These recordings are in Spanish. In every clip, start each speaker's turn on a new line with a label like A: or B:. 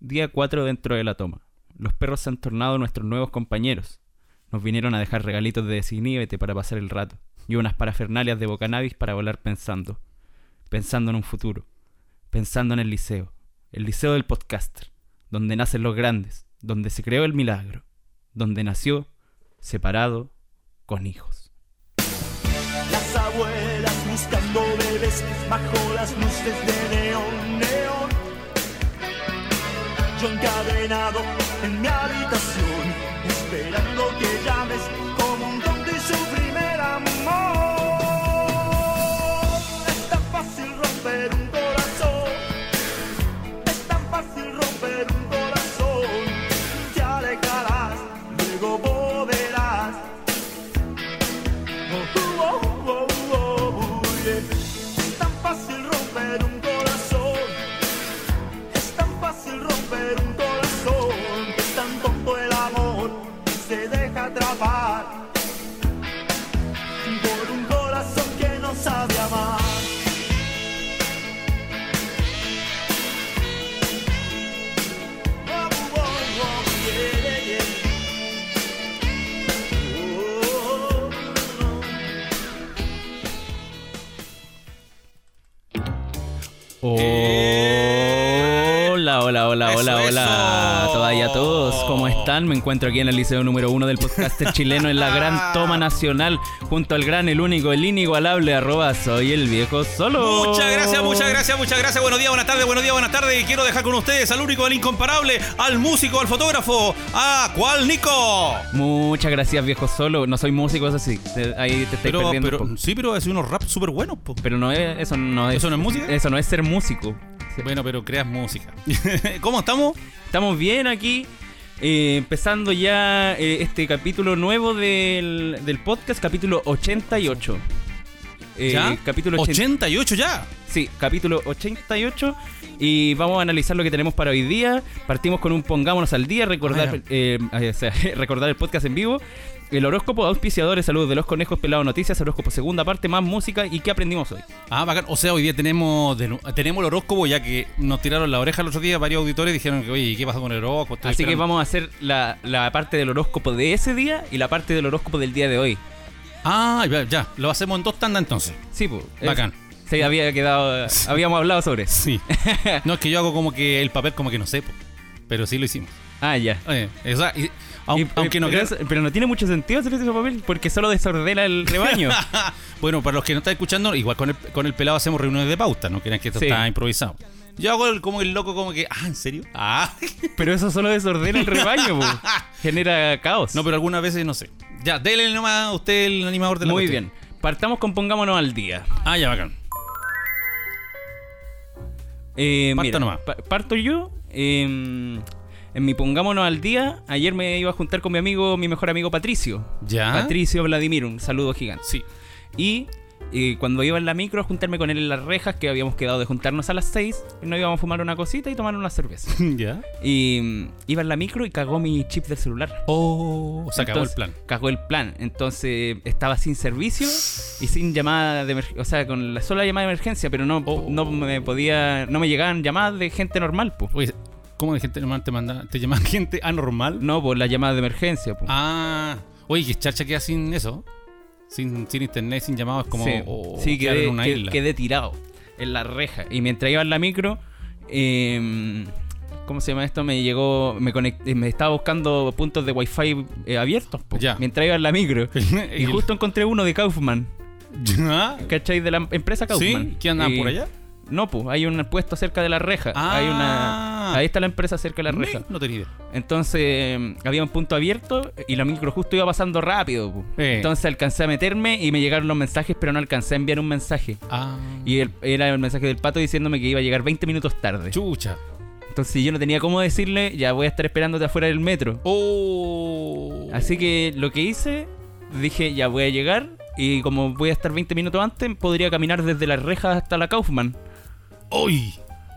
A: Día 4 dentro de la toma. Los perros se han tornado nuestros nuevos compañeros. Nos vinieron a dejar regalitos de desiníbete para pasar el rato y unas parafernalias de bocanabis para volar pensando. Pensando en un futuro. Pensando en el liceo. El liceo del podcaster. Donde nacen los grandes. Donde se creó el milagro. Donde nació separado con hijos.
B: Las abuelas buscando bebés bajo las luces de neón, neón. Yo encadenado en mi habitación, esperando que llames como un don de su primer amor. Es tan fácil romper un corazón, es tan fácil romper un corazón. Te alejarás, luego volverás. Oh, oh, oh, oh, oh, yeah. Es tan fácil romper un corazón. Es tan fácil romper un corazón. Es tan tonto el amor que se deja atrapar por un corazón que no sabe amar. Oh, oh, oh, yeah, yeah, yeah. Oh, oh, oh.
A: Hola, hola, hola,
C: Eh, Eso,
A: hola, hola.
C: eso.
A: Todavía todos, ¿cómo están? Me encuentro aquí en el Liceo número uno del podcaster chileno en la gran toma nacional, junto al gran, el único, el inigualable, arroba soy el viejo solo.
C: Muchas gracias, muchas gracias, muchas gracias. Buenos días, buenas tardes, buenos días, buenas tardes. Y quiero dejar con ustedes al único, al incomparable, al músico, al fotógrafo, a cual Nico.
A: Muchas gracias, viejo solo. No soy músico, eso sí. Te- ahí te estoy
C: Pero,
A: perdiendo un
C: pero
A: poco.
C: sí, pero hace unos rap súper buenos, po.
A: Pero no es, eso no es.
C: ¿Eso no es música?
A: Eso no es ser músico.
C: Bueno, pero creas música. ¿Cómo estamos?
A: Estamos bien aquí. eh, empezando ya eh, este capítulo nuevo del, del podcast, capítulo 88. Eh,
C: ¿Ya?
A: Capítulo 80
C: 88 ya.
A: Sí, capítulo 88. Y vamos a analizar lo que tenemos para hoy día. Partimos con un pongámonos al día,
C: Ah,
A: recordar,
C: ya.
A: eh, o sea, recordar el podcast en vivo. El horóscopo, auspiciadores, saludos de los conejos, pelado noticias, horóscopo segunda parte, más música y qué aprendimos hoy.
C: Ah, bacán. O sea, hoy día tenemos de nu- tenemos el horóscopo, ya que nos tiraron la oreja el otro día. Varios auditores dijeron que, oye, ¿y ¿qué pasó con el horóscopo? Estoy
A: Así que
C: esperando".
A: vamos a hacer la, la parte del horóscopo de ese día y la parte del horóscopo del día de hoy.
C: Ah, ya, ya. Lo hacemos en dos tandas entonces.
A: Sí, pues.
C: Bacán.
A: Sí, había quedado. Habíamos hablado sobre eso.
C: Sí. no, es que yo hago como que el papel, como que no sé, po. Pero sí lo hicimos.
A: Ah, ya.
C: Eh, o sea, y- aun-
A: Y-
C: aunque no
A: pero,
C: creas.
A: eso- pero no tiene mucho sentido hacer ese papel porque solo desordena el rebaño.
C: bueno, para los que no están escuchando, igual con el, con el pelado hacemos reuniones de pauta, no crean que esto
A: Sí.
C: está improvisado. Yo hago el- como el loco, como que, ah, ¿en serio? Ah,
A: Pero eso solo desordena el rebaño, po. genera caos.
C: no, pero algunas veces no sé. Ya, dele nomás a usted el animador de la
A: Muy
C: cuestión.
A: bien, partamos con pongámonos al día.
C: Ah, ya, bacán.
A: Eh,
C: Parta nomás.
A: pa- parto yo. eh, en mi pongámonos al día, ayer me iba a juntar con mi amigo, mi mejor amigo Patricio.
C: Ya.
A: Patricio Vladimir, un saludo gigante.
C: Sí.
A: Y eh, cuando iba en la micro a juntarme con él en las rejas, que habíamos quedado de juntarnos a las 6, nos íbamos a fumar una cosita y tomar una cerveza.
C: ya.
A: Y mm, iba en la micro y cagó mi chip del celular.
C: Oh, se acabó el
A: Entonces,
C: plan.
A: Cagó el plan. Entonces estaba sin servicio y sin llamada de emergencia. O sea, con la sola llamada de emergencia, pero no,
C: Oh.
A: no me podía. No me llegaban llamadas de gente normal, pues.
C: Oye, ¿cómo de gente normal te manda? ¿Te llaman gente anormal?
A: No, por las llamadas de emergencia, po.
C: Ah, oye, que charcha queda sin eso. Sin, sin internet, sin llamados, como.
A: sí,
C: oh,
A: Sí,
C: quedar
A: quedé,
C: en una
A: que-
C: isla.
A: quedé tirado en la reja. Y mientras iba en la micro, eh, ¿cómo se llama esto? Me llegó. Me conecté, me estaba buscando puntos de wifi eh, abiertos, po,
C: Ya.
A: Mientras iba en la micro. y
C: El-
A: justo encontré uno de Kaufman.
C: ¿Ya?
A: ¿Cachai? De la empresa Kaufman.
C: ¿Ah? ¿Sí? ¿Qué andaban
A: Y-
C: por allá?
A: No, pues, hay un puesto cerca de la reja.
C: Ah.
A: Hay una. Ahí está la empresa cerca de la reja.
C: Me- No tenía idea.
A: Entonces, eh, había un punto abierto y la micro justo iba pasando rápido. po.
C: Eh.
A: Entonces alcancé a meterme y me llegaron los mensajes, pero no alcancé a enviar un mensaje.
C: Ah,
A: Y el- era el mensaje del pato diciéndome que iba a llegar 20 minutos tarde.
C: chucha.
A: Entonces yo no tenía cómo decirle, ya voy a estar esperándote afuera del metro.
C: Oh.
A: Así que lo que hice, dije, ya voy a llegar y como voy a estar 20 minutos antes, podría caminar desde las rejas hasta la Kaufman,
C: ¡Uy!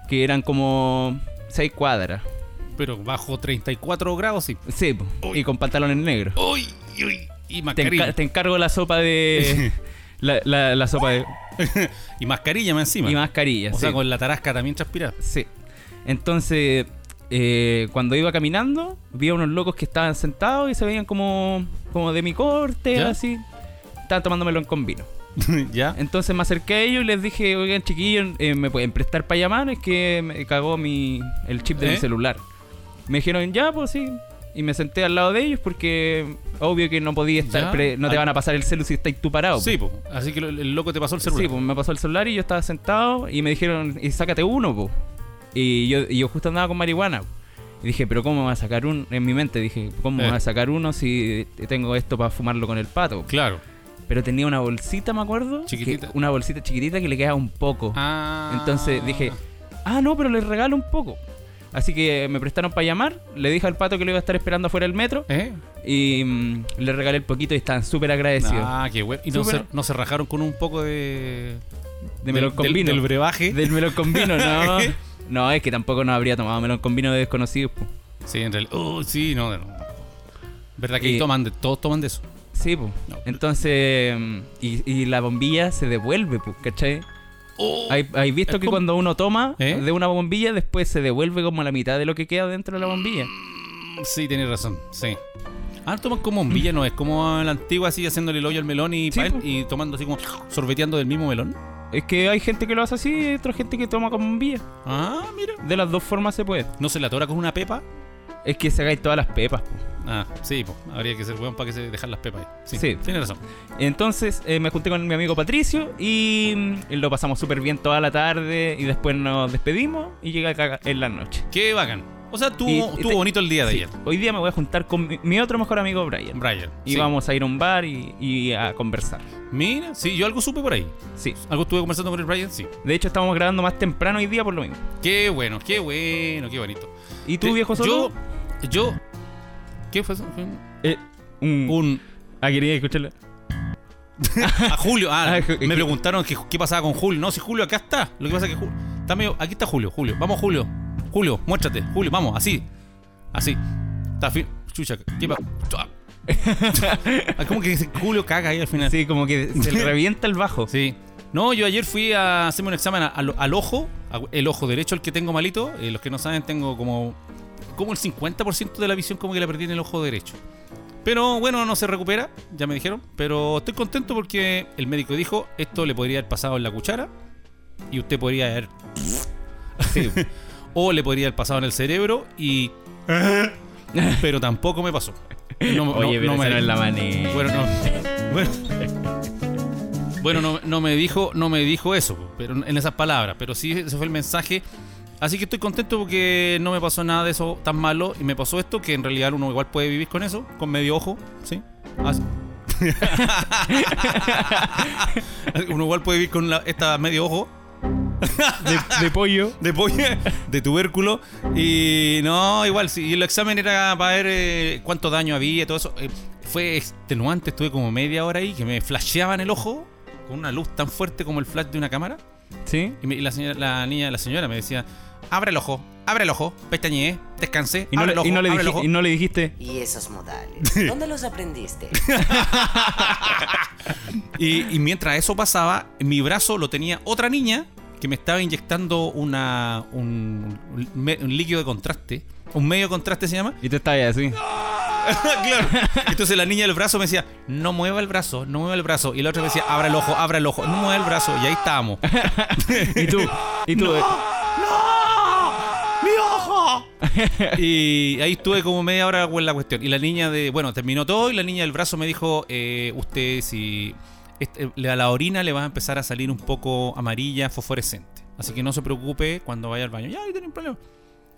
A: que eran como 6 cuadras.
C: Pero bajo 34 grados, sí.
A: Sí, po,
C: Uy.
A: y con pantalones negros.
C: ¡Uy! ¡Uy! Y
A: Te, enca-
C: mascarilla.
A: te encargo la sopa de. La, la- la sopa de.
C: Y mascarilla más encima.
A: Y mascarilla.
C: o
A: sí.
C: sea, con la tarasca también transpira.
A: Sí. Entonces, eh, cuando iba caminando, vi a unos locos que estaban sentados y se veían como, como de mi corte,
C: ¿Ya?
A: así. Estaban tomándomelo con vino.
C: ¿Ya?
A: Entonces me acerqué a ellos y les dije, oigan, chiquillos, eh, ¿me pueden prestar para llamar? Es que me cagó mi, el chip de
C: ¿Eh?
A: mi celular. Me dijeron, ya, pues sí. Y me senté al lado de ellos porque obvio que no podía estar,
C: Ya.
A: pre- no te
C: Al-
A: van a pasar el celu si estás tú parado.
C: Sí, po. Así que lo- el loco te pasó el
A: Sí,
C: celular.
A: pues me pasó el celular y yo estaba sentado y me dijeron, y sácate uno, po. Y yo, y yo justo andaba con marihuana. po. Y dije, pero ¿cómo me va a sacar uno? En mi mente dije, ¿cómo me
C: Eh.
A: va a sacar uno si tengo esto para fumarlo con el pato?
C: Claro.
A: Pero tenía una bolsita, me acuerdo.
C: Chiquitita.
A: que- una bolsita chiquitita que le quedaba un poco.
C: Ah.
A: Entonces dije, ah, no, pero les regalo un poco. Así que me prestaron para llamar, le dije al pato que lo iba a estar esperando afuera del metro
C: ¿Eh?
A: y mm, le regalé el poquito y estaban súper agradecidos.
C: Ah, qué bueno. ¿Y no
A: Súper.
C: se, no se rajaron con un poco de.
A: de melón
C: del-
A: con
C: del-
A: vino.
C: Del brebaje.
A: Del melón con vino, no. No, es que tampoco nos habría tomado melón con vino de desconocidos. po.
C: Sí, en realidad. Oh, sí, no, no. ¿Verdad que
A: Y-
C: toman de, todos toman de eso?
A: Sí, pues.
C: No.
A: Entonces, mm, y, y la bombilla se devuelve, pues, ¿cachai?
C: Oh,
A: ¿Hay, hay visto
C: Es
A: que
C: como-
A: cuando uno toma
C: ¿Eh?
A: de una bombilla, después se devuelve como la mitad de lo que queda dentro de la bombilla?
C: Sí, tienes razón, sí. Ah, toman como bombilla, no es como la antigua, así haciéndole el hoyo al melón y,
A: Sí,
C: pa' él,
A: po.
C: y tomando así como sorbeteando del mismo melón.
A: Es que hay gente que lo hace así y otra gente que toma con bombilla.
C: Ah, mira.
A: De las dos formas se puede.
C: ¿No se la atora con una pepa?
A: Es que sacáis todas las pepas. po.
C: Ah, sí, po. habría que ser weón para que se dejar las pepas ahí. Sí,
A: Sí.
C: tienes razón.
A: Entonces eh, me junté con mi amigo Patricio y mm, lo pasamos súper bien toda la tarde y después nos despedimos y llegué acá en la noche.
C: Qué bacán. O sea, tuvo,
A: Y- y
C: estuvo
A: te-
C: bonito el día de
A: Sí,
C: ayer,
A: Hoy día me voy a juntar con mi, mi otro mejor amigo Brian.
C: Brian.
A: Y
C: sí.
A: vamos a ir a un bar y, y a conversar.
C: Mira, sí, yo algo supe por ahí.
A: Sí.
C: Algo estuve conversando con el Brian, sí.
A: De hecho, estamos grabando más temprano hoy día por lo mismo.
C: Qué bueno, qué bueno, qué bonito.
A: ¿Y tú,
C: Te-
A: viejo Soto?
C: Yo, yo. ¿Qué fue eso? Fue un-
A: Eh, un-
C: Un.
A: Ah, quería escucharlo.
C: A Julio. Ah,
A: Ah, Ju-
C: me preguntaron que- qué pasaba con Julio. No, si Julio acá está. Lo que pasa es que Julio. Está medio. Aquí está Julio, Julio. Vamos, Julio. Julio, muéstrate. Julio, vamos, así. Así. Está fi- Chucha, ¿qué pa- Ah. Ah, Como que Julio caga ahí al final.
A: Sí, como que se le revienta el bajo.
C: Sí. No, yo ayer fui a hacerme un examen a- al, al ojo, a- el ojo derecho, el que tengo malito. Eh, los que no saben, tengo como, como el 50% de la visión como que la perdí en el ojo derecho. Pero bueno, no se recupera, ya me dijeron. Pero estoy contento porque el médico dijo, esto le podría haber pasado en la cuchara y usted podría haber... o le podría haber pasado en el cerebro y... pero tampoco me pasó. No, no-
A: Oye, pero esa
C: no me-
A: no es la manera.
C: bueno, no. Bueno, bueno, no, no me dijo, no me dijo eso, po, pero en esas palabras, pero sí ese fue el mensaje. Así que estoy contento porque no me pasó nada de eso tan malo y me pasó esto que en realidad uno igual puede vivir con eso, con medio ojo, ¿sí? Así. uno igual puede vivir con la- esta medio ojo
A: De, de pollo.
C: de polla, de tubérculo. Y no, igual, sí. Y el examen era para ver eh, cuánto daño había y todo eso. Eh, fue extenuante, estuve como media hora ahí que me flasheaban el ojo con una luz tan fuerte como el flash de una cámara.
A: Sí.
C: Y, me- y la, señora- la niña, la señora me decía: abre el ojo, abre el ojo, pestañeé, descansé,
A: Y no,
C: abre
A: le,
C: el ojo,
A: y no le
C: abre el
A: dij-
C: ojo".
A: y no le dijiste.
D: ¿Y esos modales? ¿Dónde los aprendiste?
C: Y, y mientras eso pasaba, en mi brazo lo tenía otra niña que me estaba inyectando una, un, un me- un líquido de contraste. Un medio de contraste se llama.
A: Y te estabas así.
C: claro. Entonces la niña del brazo me decía, no mueva el brazo, no mueva el brazo. Y la otra me decía, abra el ojo, abra el ojo, no mueva el brazo. Y ahí estábamos.
A: Y tú. Y tú. eh,
C: ¡Mi ojo! y ahí estuve como media hora con la cuestión. Y la niña de. Bueno, terminó todo y la niña del brazo me dijo: eh, Usted, si. este- le- a la orina le va a empezar a salir un poco amarilla, fosforescente. Así que no se preocupe cuando vaya al baño. Ya, ahí tiene un problema.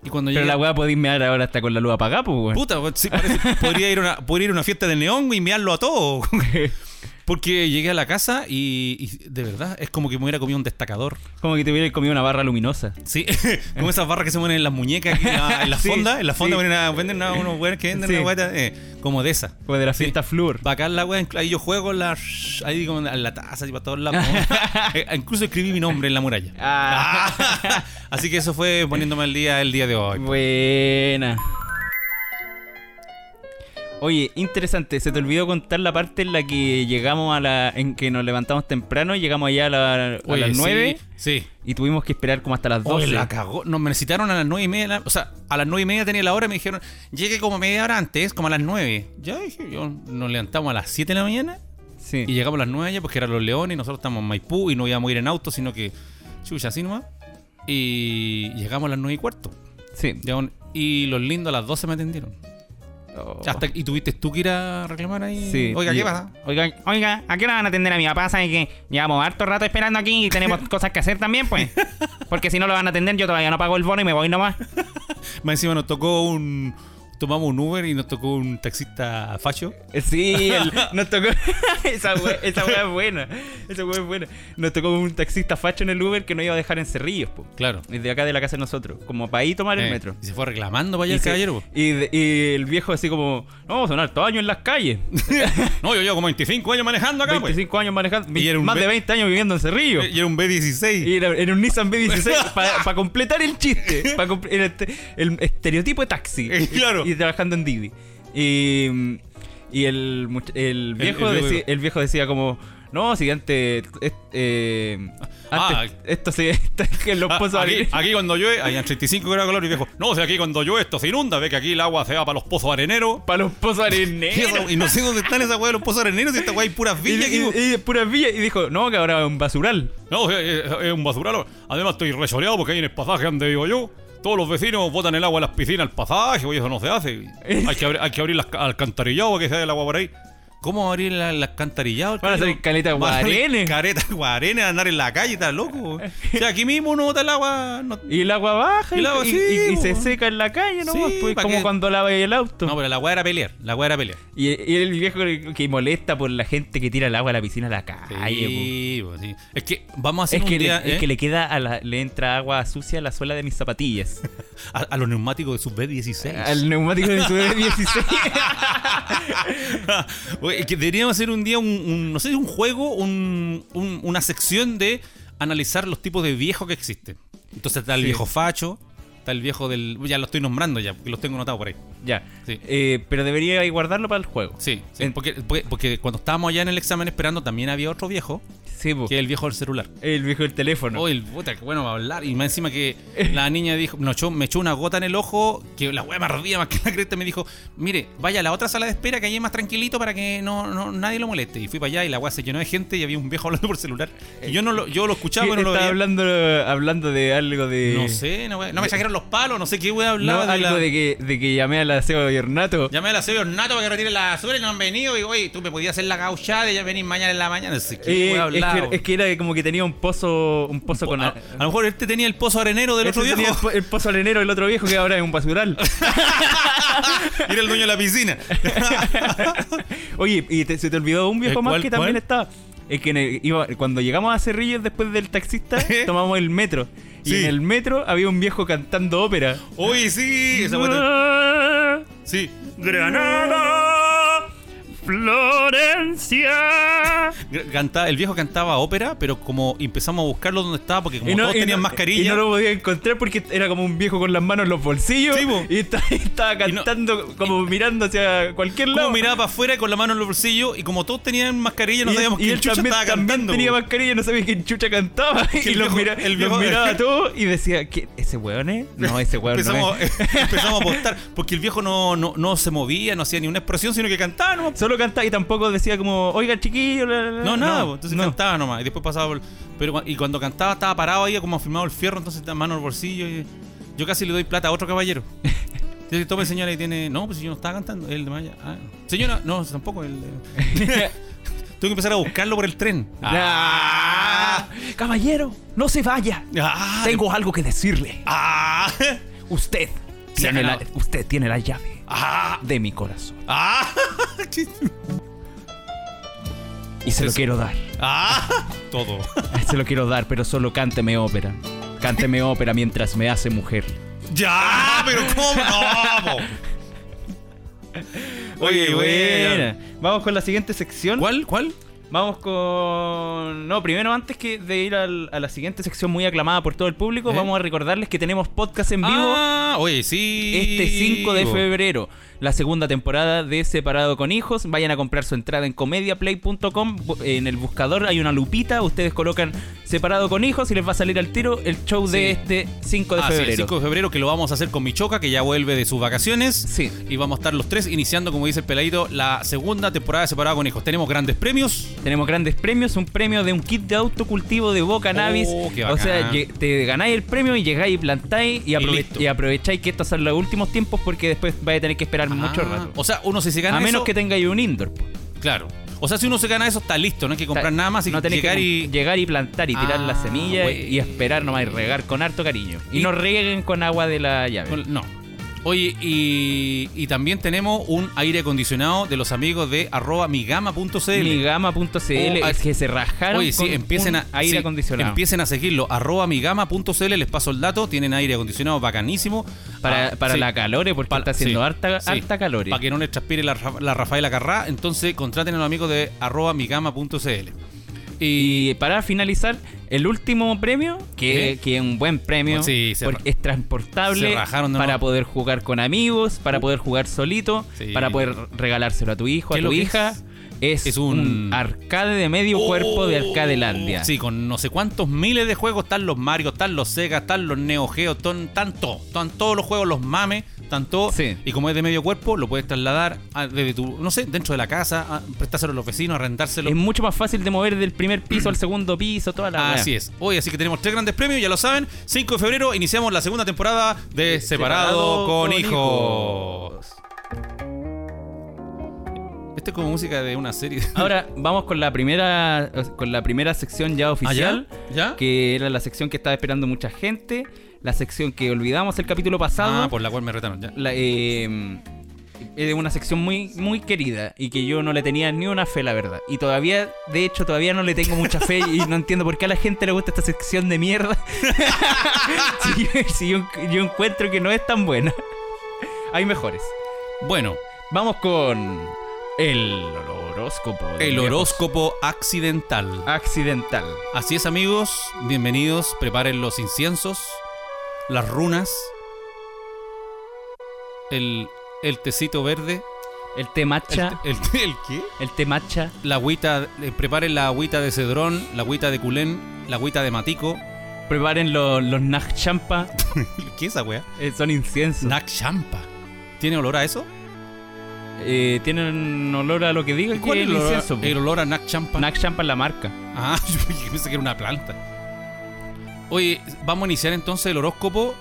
C: Y cuando
A: Pero
C: llegué-
A: la weá podéis mear ahora hasta con la luz apagada, pues, weón.
C: Puta, weón, sí, parece- podría, ir a una, podría ir a una fiesta de neón y mearlo a todo. Porque llegué a la casa y, y de verdad es como que me hubiera comido un destacador.
A: Como que te hubieras comido una barra luminosa.
C: Sí, como esas barras que se ponen en las muñecas, aquí, en la- en las
A: Sí,
C: fondas. En las
A: sí.
C: fondas ponen una- venden una- unos weones que venden
A: Sí.
C: una guata, eh, como de esas.
A: Como de la fiesta Flur.
C: Bacán la wea, ahí yo juego la, ahí como en la taza, y para todos lados. Eh, Incluso escribí mi nombre en la muralla.
A: Ah.
C: Así que eso fue poniéndome al día el día de hoy.
A: Buena. Oye, interesante, se te olvidó contar la parte en la que llegamos a la. en que nos levantamos temprano, llegamos allá a, la- a
C: Oye,
A: las
C: sí,
A: 9
C: Sí.
A: y tuvimos que esperar como hasta las 12.
C: Oye, la cagó. Nos me necesitaron a las nueve y media. de la- o sea, a las nueve y media tenía la hora y me dijeron, llegue como media hora antes, como a las nueve. Ya dije, yo, nos levantamos a las siete de la mañana
A: sí.
C: y llegamos a las nueve ya porque eran los leones y nosotros estamos en Maipú y no íbamos a ir en auto, sino que chucha, así nomás. Y llegamos a las nueve y cuarto.
A: sí.
C: Llegaron- y los lindos a las 12 me atendieron.
A: Oh.
C: Hasta, y tuviste tú que ir a reclamar ahí.
A: Sí,
C: Oiga,
A: y-
C: ¿qué pasa?
E: Oiga, oiga, ¿a qué hora van a atender a mi papá? Saben que llevamos harto rato esperando aquí y tenemos cosas que hacer también, pues. Porque si no lo van a atender, yo todavía no pago el bono y me voy nomás.
C: Más encima nos tocó un. Tomamos un Uber y nos tocó un taxista facho.
A: Sí, el- nos tocó. esa, wea, esa wea es buena. Esa wea es buena. Nos tocó un taxista facho en el Uber que no iba a dejar en Cerrillos, po.
C: Claro.
A: Desde acá de la casa de nosotros. Como para ahí tomar el
C: Eh,
A: metro.
C: Y se fue reclamando para allá el
A: se-
C: caballero. po.
A: y de- y el viejo así como, no, son hartos años en las calles.
C: No, yo llevo como 25 años manejando acá, pues.
A: 25 años manejando,
C: Y era un
A: más
C: ve- Eh,
A: de 20 años viviendo en Cerrillo.
C: Y era un B16.
A: Y era, era un Nissan B16 para completar el chiste. pa comple- era este- el estereotipo de taxi.
C: Eh, claro.
A: Y, trabajando en Didi. Y, mm, y el, much- el, viejo
C: el
A: decí- el, viejo
C: viejo dijo-
A: decía como... No, si antes... et- eh,
C: Ah,
A: antes esto se... esto que los
C: Ah,
A: pozos
C: aquí,
A: abrir-
C: aquí cuando llueve, hay 35 grados de calor y viejo. No, o sea, aquí cuando llueve esto se inunda, ve que aquí el agua se va para los pozos areneros.
A: Para los pozos
C: Y
A: areneros.
C: esa- Y no sé dónde están esas weas de los pozos areneros, si esta wea hay puras
A: Y,
C: villas aquí, po.
A: y- y puras villas. Y dijo, no, que ahora es un basural.
C: No, es, es- es un basural. Además estoy resoleado porque hay en el pasaje donde vivo yo. Todos los vecinos botan el agua a las piscinas al pasaje, oye, eso no se hace. Hay que, abrir- hay que abrir las ca- alcantarillado para que se dé el agua por ahí. ¿Cómo abrir la- el alcantarillado?
A: Van a salir caleta de guarenes.
C: Careta guarenes, andar en la calle, estás loco. O sea, aquí mismo uno bota el agua. No,
A: Y el agua baja.
C: Y
A: Y,
C: el agua-
A: y-
C: sí,
A: y- y
C: po.
A: se seca en la calle, ¿no?
C: Sí,
A: pues,
C: ¿pa'
A: como
C: qué?
A: cuando lava el auto.
C: no, pero la agua era pelear. La agua era pelear.
A: Y, y el viejo que molesta por la gente que tira el agua a la piscina a la calle. po.
C: Sí, pues, sí. Es que vamos a hacer
A: Es
C: un
A: que,
C: día,
A: le, es
C: ¿eh?
A: que le queda a la- le entra agua sucia a la suela de mis zapatillas.
C: a, a los neumáticos de sub B16.
A: Al neumático de su E 16.
C: Oye, es que deberíamos hacer un día un, un- no sé, un juego, un- un- una sección de analizar los tipos de viejos que existen. Entonces está el
A: Sí.
C: viejo facho, está el viejo del... Ya lo estoy nombrando ya, porque los tengo anotados por ahí.
A: ya.
C: Sí.
A: Eh, pero debería ahí guardarlo para el juego.
C: Sí, sí,
A: En-
C: porque, porque- porque cuando estábamos allá en el examen esperando también había otro viejo,
A: Sí, po.
C: que es el viejo del celular.
A: El viejo del teléfono.
C: Oye, el puta, que bueno va a hablar. Y más encima que la niña dijo, no, echó- me echó una gota en el ojo, que la wea me ardía más que la cresta. Me dijo, mire, vaya a la otra sala de espera que allí es más tranquilito para que no, no- nadie lo moleste. Y fui para allá y la wea se llenó de gente y había un viejo hablando por celular. Y yo no lo, yo lo escuchaba,
A: ¿Qué-
C: pero no lo
A: estaba
C: veía.
A: hablando, hablando de algo de.
C: No sé, no, wea. no me sacaron los palos, no sé qué wea
A: No,
C: hablaba. de
A: algo
C: la-
A: de, que, de que llamé al aseo de Hernato.
C: Llamé a la sello Nato para que retire la basura y no han venido. Y digo, oye, tú me podías hacer la gauchada y ya venís mañana en la mañana. No sé qué
A: Eh,
C: wea
A: es,
C: hablaba.
A: que, es que era como que tenía un pozo. Un pozo con.
C: a, a lo mejor este tenía el pozo arenero del
A: Ese
C: otro
A: tenía
C: viejo.
A: el po- El, pozo arenero del otro viejo que ahora es un basural.
C: Era el dueño de la piscina.
A: Oye, y te- se te olvidó un viejo
C: ¿El
A: más
C: Eh, cuál,
A: que también
C: cuál?
A: estaba. Es que en el- iba- cuando llegamos a Cerrillos después del taxista, tomamos el metro. Y
C: Sí.
A: en el metro había un viejo cantando ópera.
C: Uy, sí, esa guata- Sí.
A: Granada, Florencia.
C: Gr- canta- el viejo cantaba ópera, pero como empezamos a buscarlo donde estaba, porque como
A: Y no-
C: todos
A: y
C: tenían
A: no-
C: mascarilla.
A: Y no lo podía encontrar porque era como un viejo con las manos en los bolsillos.
C: Sí, po.
A: y, está- y estaba
C: Y no-
A: cantando como mirando hacia cualquier
C: como
A: lado.
C: miraba para afuera con la mano en los bolsillos y como todos tenían mascarilla, no
A: Y-
C: sabíamos
A: y
C: quién
A: él
C: chucha
A: también,
C: estaba
A: también
C: cantando.
A: tenía
C: po.
A: mascarilla y no sabía quién chucha cantaba.
C: Que
A: y
C: el
A: los,
C: viejo-
A: mira,
C: el
A: los
C: viejo-
A: miraba a todos y decía, ¿Qué, ¿ese weón es? No, ese weón no
C: Empezamos,
A: es.
C: empezamos a apostar, porque el viejo no, no, no se movía, no hacía ni una expresión, sino que cantaba nomás.
A: Solo cantaba y tampoco decía como, oiga chiquillo, la, la, la".
C: No, nada, po, entonces
A: Eh, no.
C: cantaba nomás. Y después pasaba por- Pero, cua- y cuando cantaba estaba parado ahí como afirmado el fierro, entonces la mano en el bolsillo. y- yo casi le doy plata a otro caballero. Entonces tome señora y tiene. No, pues si yo no estaba cantando. El de Maya. Ah, no. Señora, no, tampoco. El de- Tengo que empezar a buscarlo por el tren.
A: Ah. Caballero, no se vaya.
C: Ah,
A: Tengo algo que decirle.
C: Ah,
A: Usted
C: Se ha
A: tiene, la,
C: ganado.
A: usted tiene la llave
C: ah,
A: de mi corazón.
C: ah, qué-
A: Y se lo quiero dar.
C: ah, todo.
A: Se lo quiero dar, pero solo cánteme ópera. Cánteme ópera mientras me hace mujer.
C: Ya, pero ¿cómo? No, po. Oye,
A: Oye,
C: buena.
A: buena. Vamos con la siguiente sección.
C: ¿Cuál? ¿Cuál?
A: Vamos con. No, primero, antes que de ir al- a la siguiente sección muy aclamada por todo el público,
C: ¿Eh?
A: vamos a recordarles que tenemos podcast en vivo
C: Ah, oye, sí.
A: este 5 de febrero, la segunda temporada de Separado con Hijos. Vayan a comprar su entrada en comediaplay.com. Bu- En el buscador hay una lupita, ustedes colocan Separado con Hijos y les va a salir al tiro el show de
C: Sí.
A: este 5 de
C: Ah, sí, el
A: febrero.
C: 5 de febrero que lo vamos a hacer con Michoca, que ya vuelve de sus vacaciones.
A: Sí.
C: Y vamos a estar los tres iniciando, como dice el peladito, la segunda temporada de separada con hijos. Tenemos grandes premios.
A: Tenemos grandes premios, un premio de un kit de autocultivo de Boca Navis.
C: Oh, qué
A: o
C: bacán.
A: sea, lle- te ganáis el premio y llegáis y plantáis y, aprove-
C: listo.
A: y aprovecháis que estos son los últimos tiempos porque después vais a tener que esperar mucho
C: Ah,
A: rato.
C: O sea, uno si se gana
A: a menos
C: eso-
A: que tengáis un indoor. po.
C: Claro. O sea, si uno se gana eso, está listo. No hay que comprar
A: Está-
C: nada más y
A: no tenés
C: llegar
A: que
C: y...
A: llegar y plantar y tirar
C: Ah,
A: la semilla
C: güey.
A: y esperar nomás y regar con harto cariño. Y,
C: Y-
A: no rieguen con agua de la llave.
C: Con- No. Oye, y, y también tenemos un aire acondicionado de los amigos de arroba migama.cl.
A: Migama.cl
C: Oh, ah,
A: es que se rascaron
C: Oye, sí,
A: con
C: empiecen
A: un
C: a,
A: aire
C: sí,
A: acondicionado.
C: Empiecen a seguirlo. Arroba migama.cl, les paso el dato. Tienen aire acondicionado bacanísimo.
A: para
C: Ah,
A: para
C: sí.
A: la calore porque está haciendo harta, harta calor.
C: Para que no les transpire la, Ra- la Rafaela Carrá. Entonces, contraten a los amigos de arroba migama.cl.
A: Y para finalizar, el último premio, que,
C: ¿Eh?
A: que es un buen premio,
C: Sí, se
A: porque
C: ra-
A: es transportable
C: se rajaron de
A: para
C: nuevo. Uh.
A: poder jugar con amigos, para poder jugar solito,
C: Sí.
A: para poder regalárselo a tu hijo, a
C: ¿Qué
A: tu
C: es lo que
A: hija.
C: es?
A: Es,
C: Es
A: un...
C: un- Oh.
A: arcade de medio cuerpo de Arcadelandia.
C: Sí, con no sé cuántos miles de juegos. Están los Mario, están los Sega, están los Neo Geo, están, están todos. Están todos los juegos, los mames, están todos.
A: Sí.
C: Y como es de medio cuerpo, lo puedes trasladar a- desde tu, no sé, dentro de la casa, a- prestárselo a los vecinos, arrendárselo.
A: Es mucho más fácil de mover del primer piso al segundo piso, toda la...
C: Así es. Hoy así que tenemos tres grandes premios, ya lo saben. 5 de febrero iniciamos la segunda temporada de Eh, Separado, con, hijos. Esta es como música de una serie.
A: Ahora vamos con la primera con la primera sección
C: ¿Ah,
A: ya oficial.
C: ¿Ya?
A: que era la sección que estaba esperando mucha gente, la sección que olvidamos el capítulo pasado.
C: Ah, por la cual me retaron. Ya.
A: la, eh, es una sección muy, muy querida y que yo no le tenía ni una fe, la verdad. Y todavía, de hecho, todavía no le tengo mucha fe y no entiendo por qué a la gente le gusta esta sección de mierda. si yo, si yo- yo encuentro que no es tan buena. Hay mejores.
C: Bueno,
A: Vamos con el horóscopo. de
C: el
A: viejos.
C: horóscopo accidental.
A: accidental.
C: Así es, amigos. Bienvenidos. Preparen los inciensos, las runas, el, el tecito verde.
A: El té matcha.
C: El, el- ¿El qué?
A: El té matcha.
C: la agüita, eh, preparen la agüita de cedrón, la agüita de culén, la agüita de matico.
A: Preparen lo- los nach champa.
C: ¿Qué es esa weá?
A: eh, son inciensos.
C: Snack champa. ¿Tiene olor a eso?
A: Eh, tienen olor a lo que diga. que
C: el olor?
A: incienso, po.
C: el olor a Nac champa.
A: Nac Champa es la marca.
C: Ah, yo pensé que era una planta. Oye, vamos a iniciar entonces el horóscopo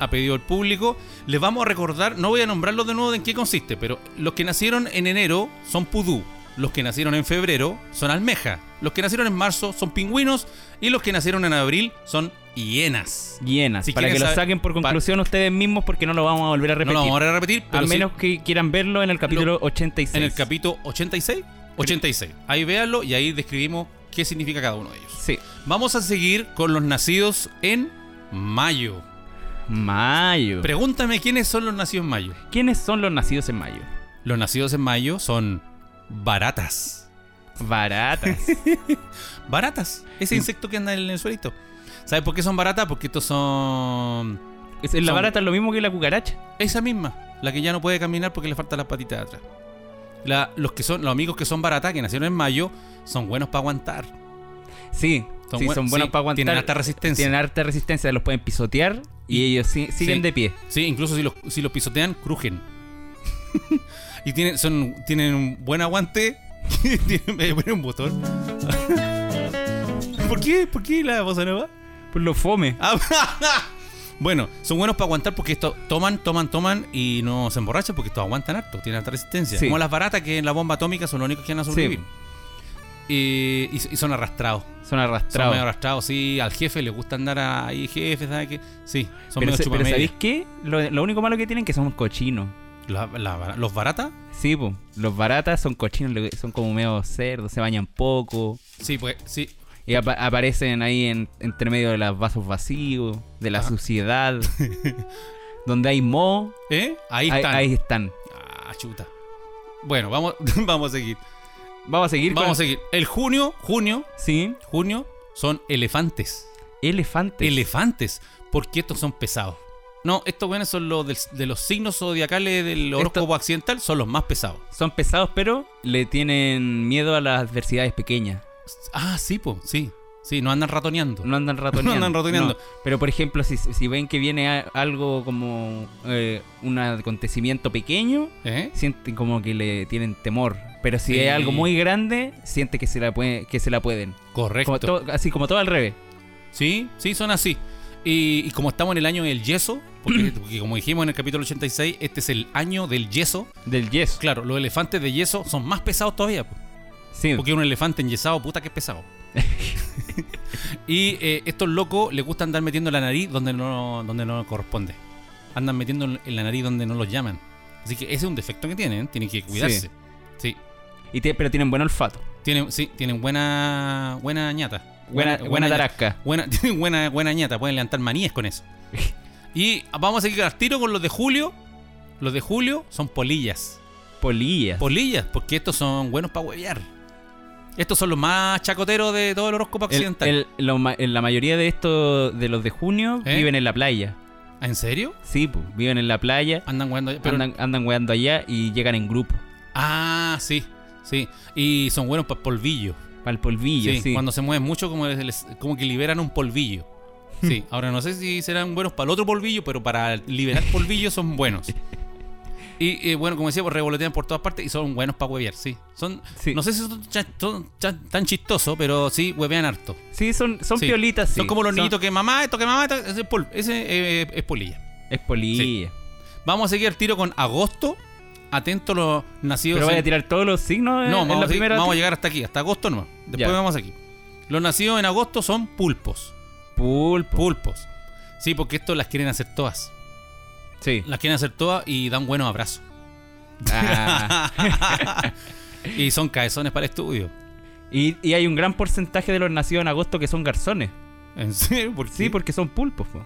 C: a pedido del público. Les vamos a recordar, no voy a nombrarlos de nuevo de en qué consiste, pero los que nacieron en enero son pudú, los que nacieron en febrero son almeja, los que nacieron en marzo son pingüinos y los que nacieron en abril son hienas.
A: Llenas.
C: Si
A: para que
C: quieren
A: lo
C: saber-
A: saquen por
C: pa-
A: conclusión ustedes mismos porque no lo vamos a volver a repetir.
C: No lo vamos a repetir,
A: a
C: pero sí-
A: menos que quieran verlo en el capítulo 86.
C: En el capítulo 86. 86. Ahí véanlo y ahí describimos qué significa cada uno de ellos.
A: Sí.
C: Vamos a seguir con los nacidos en mayo.
A: Mayo.
C: Pregúntame quiénes son los nacidos en mayo.
A: ¿Quiénes son los nacidos en mayo?
C: Los nacidos en mayo son baratas.
A: Baratas.
C: Baratas. Ese insecto que anda en el suelito. ¿Sabes por qué son baratas? Porque estos son...
A: Es- la
C: Son-
A: barata es lo mismo que la cucaracha.
C: Esa misma. La que ya no puede caminar porque le faltan las patitas de atrás. La- los, que son, los amigos que son baratas, que nacieron en mayo, son buenos para aguantar.
A: Sí. Son,
C: Son
A: sí,
C: buen-
A: son buenos
C: sí,
A: para aguantar.
C: tienen alta resistencia.
A: Tienen alta resistencia, los pueden pisotear y ellos si- siguen
C: Sí.
A: de pie.
C: Sí, incluso si los, si los pisotean, crujen. y tienen, son, tienen un buen aguante. tienen, me voy a poner un botón. ¿Por qué? ¿Por qué la bossa nova?
A: Pues lo fome.
C: Ah, bueno, son buenos para aguantar porque esto toman, toman, toman y no se emborrachan porque estos aguantan harto, tienen alta resistencia.
A: Sí.
C: Como las baratas que en la bomba atómica son los únicos que van a sobrevivir. Eh, y, y son arrastrados.
A: Son
C: Son
A: arrastrados.
C: medio arrastrados, sí. Al jefe le gusta andar ahí, jefe, ¿sabes qué? Sí, son
A: pero,
C: medio
A: se- pero
C: chupamedias.
A: ¿sabéis qué? Lo, lo único malo que tienen es que son cochinos.
C: La- la- ¿Los baratas?
A: Sí, po. los baratas son cochinos, le- son como medio cerdos, se bañan poco
C: Sí, pues, sí.
A: y apa- aparecen ahí en, entre medio de los vasos vacíos, de
C: Ah.
A: la suciedad, donde hay mo,
C: ¿Eh? Ahí
A: ahí ahí
C: están.
A: están.
C: Ah, chuta. Bueno, vamos, vamos a seguir.
A: Vamos a seguir con-
C: Vamos a seguir. El junio, junio,
A: Sí.
C: junio son elefantes.
A: Elefantes.
C: Elefantes. Porque estos son pesados. No, estos buenos son los del- de los signos zodiacales del horóscopo accidental, son los más pesados.
A: Son pesados, pero le tienen miedo a las adversidades pequeñas.
C: Ah, sí, pues, sí. Sí, no andan ratoneando.
A: No andan ratoneando.
C: No andan ratoneando.
A: Pero, por ejemplo, si, si ven que viene a- algo como eh, un acontecimiento pequeño,
C: ¿Eh?
A: sienten como que le tienen temor. Pero si
C: Sí.
A: es algo muy grande, siente que se la, puede, que se la pueden. Como
C: Correcto.
A: to- así como todo al revés.
C: Sí, sí, son así. Y, y como estamos en el año del yeso, porque, porque como dijimos en el capítulo 86, este es el año del yeso.
A: Del yeso.
C: Claro, los elefantes de yeso son más pesados todavía. po.
A: Sí.
C: Porque un elefante enyesado, puta que pesado. y eh, estos locos les gusta andar metiendo la nariz donde no, donde no corresponde. Andan metiendo en la nariz donde no los llaman. Así que ese es un defecto que tienen, tienen que cuidarse. Sí,
A: Y tie- pero tienen buen olfato.
C: tienen, sí, tienen buena, buena ñata.
A: Buena, buena,
C: ñata.
A: tarasca.
C: Buena, tienen buena, buena ñata, pueden levantar manías con eso. Y vamos a seguir al tiro con los de julio. Los de julio son polillas.
A: Polillas.
C: Polillas, porque estos son buenos para huevear. Estos son los más chacoteros de todo el horóscopo
A: El-
C: occidental.
A: el- lo ma- la mayoría de estos, de los de junio,
C: ¿Eh?
A: viven en la playa.
C: ¿Ah, ¿En serio?
A: Sí, pues, viven en la playa,
C: Andan jugando allá, Ah, pero-
A: andan, andan weando allá y llegan en grupo.
C: Ah, sí, sí. Y son buenos para polvillo.
A: Para el polvillo,
C: Sí,
A: sí.
C: Cuando se mueven mucho, como, les- les- como que liberan un polvillo.
A: Hmm.
C: Sí, ahora no sé si serán buenos para el otro polvillo, pero para liberar polvillo son buenos. Y eh, bueno, como decíamos, revolotean por todas partes y son buenos para huevear, sí. Son,
A: Sí.
C: No sé si son cha- ton- cha- tan chistosos, pero sí, huevean harto.
A: Sí, son, son
C: Sí.
A: piolitas, sí.
C: Son como los niñitos que mamá, esto que mamá, esto- ese, es pol- ese, eh, es polilla.
A: Es polilla.
C: Vamos a seguir el tiro con agosto. Atento los nacidos
A: Pero voy
C: en-
A: a tirar todos los signos en-
C: No,
A: en
C: vamos,
A: la
C: a, seguir-
A: primera.
C: vamos a llegar hasta aquí, hasta agosto nomás. Después
A: Ya.
C: vamos aquí. Los nacidos en agosto son pulpos.
A: Pulpo.
C: Pulpos. Sí, porque estos las quieren hacer todas.
A: Sí.
C: Las quieren hacer todas y dan buenos abrazos.
A: Ah,
C: y son cabezones para el estudio.
A: y, y hay un gran porcentaje de los nacidos en agosto que son garzones.
C: ¿En serio? ¿Por
A: Sí,
C: qué?
A: porque son pulpos. po.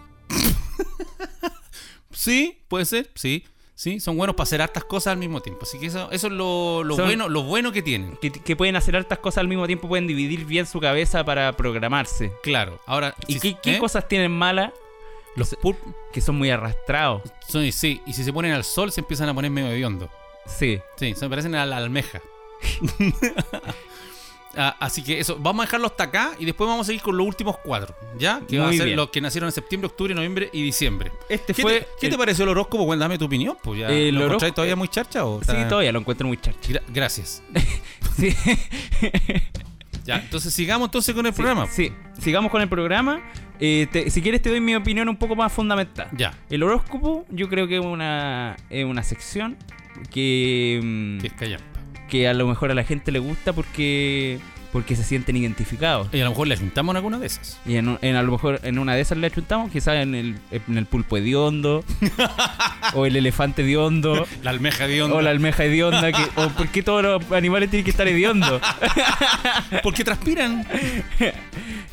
C: Sí, puede ser, sí. Sí, son buenos para hacer hartas cosas al mismo tiempo. Así que eso, eso es lo, lo
A: Son-
C: bueno, lo bueno que tienen.
A: Que, que pueden hacer hartas cosas al mismo tiempo, pueden dividir bien su cabeza para programarse.
C: Claro. Ahora,
A: ¿Y
C: si-
A: qué, qué
C: ¿eh?
A: cosas tienen malas?
C: Los pulp
A: Que son muy arrastrados.
C: son- sí, y si se ponen al sol se empiezan a poner medio hediondo.
A: Sí.
C: Sí, se me parecen a la almeja. Ah, así que eso, vamos a dejarlo hasta acá y después vamos a seguir con los últimos cuatro, ¿ya? Que van a
A: Muy
C: ser
A: bien.
C: los que nacieron en septiembre, octubre, noviembre y diciembre.
A: Este
C: ¿Qué,
A: fue
C: te, qué
A: el-
C: te pareció el horóscopo? Bueno, dame tu opinión, pues ya.
A: El
C: ¿Lo encontráis
A: horóscopo-
C: todavía muy charcha o
A: Sí,
C: está-
A: todavía lo encuentro muy charcha.
C: Gra- Gracias.
A: Sí.
C: Ya, entonces sigamos entonces con el programa.
A: Sí, sigamos con el programa. Eh, te- si quieres te doy mi opinión un poco más fundamental.
C: Ya.
A: El horóscopo yo creo que es una, es una sección que, mm,
C: Que es callampa.
A: que a lo mejor a la gente le gusta porque, porque se sienten identificados.
C: Y a lo mejor le juntamos en alguna de esas.
A: Y en, un- en a lo mejor en una de esas le achuntamos, quizás en el, en el pulpo hediondo, o el elefante hediondo,
C: La almeja de onda.
A: o la almeja hedionda, que, o por qué todos los animales tienen que estar hediondos.
C: Porque transpiran.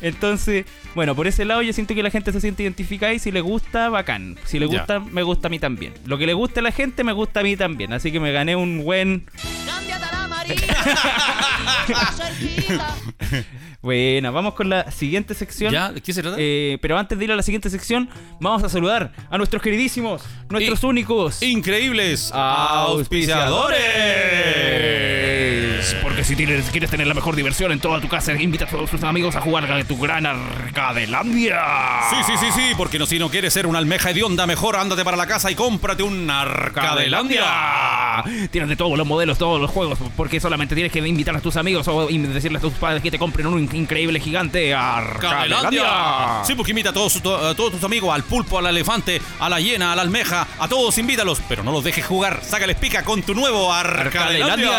A: Entonces, bueno, por ese lado yo siento que la gente se siente identificada y si le gusta, bacán. Si le
C: Ya.
A: gusta, me gusta a mí también. Lo que le gusta a la gente, me gusta a mí también. Así que me gané un buen...
F: Cámbiate a la María. Cerquita.
A: Bueno, vamos con la siguiente sección.
C: ¿Ya? ¿De qué se trata?
A: Eh, pero antes de ir a la siguiente sección, vamos a saludar a nuestros queridísimos, nuestros
C: Y-
A: únicos...
C: Increíbles auspiciadores.
E: Porque si tienes- quieres tener la mejor diversión en toda tu casa, invita a todos tus amigos a jugar a tu gran Arcadelandia.
C: Sí, sí, sí, sí, porque no, si no quieres ser una almeja hedionda, mejor ándate para la casa y cómprate un Arcadelandia.
E: Tienes de todos los modelos, todos los juegos, porque solamente tienes que invitar a tus amigos o in- decirles a tus padres que te compren un in- increíble gigante
C: Arcadelandia.
E: Arcadelandia.
C: Sí, porque invita a todos, to- a todos tus amigos, al pulpo, al elefante, a la hiena, a la almeja, a todos invítalos, pero no los dejes jugar. Sácales pica con tu nuevo Arcadelandia.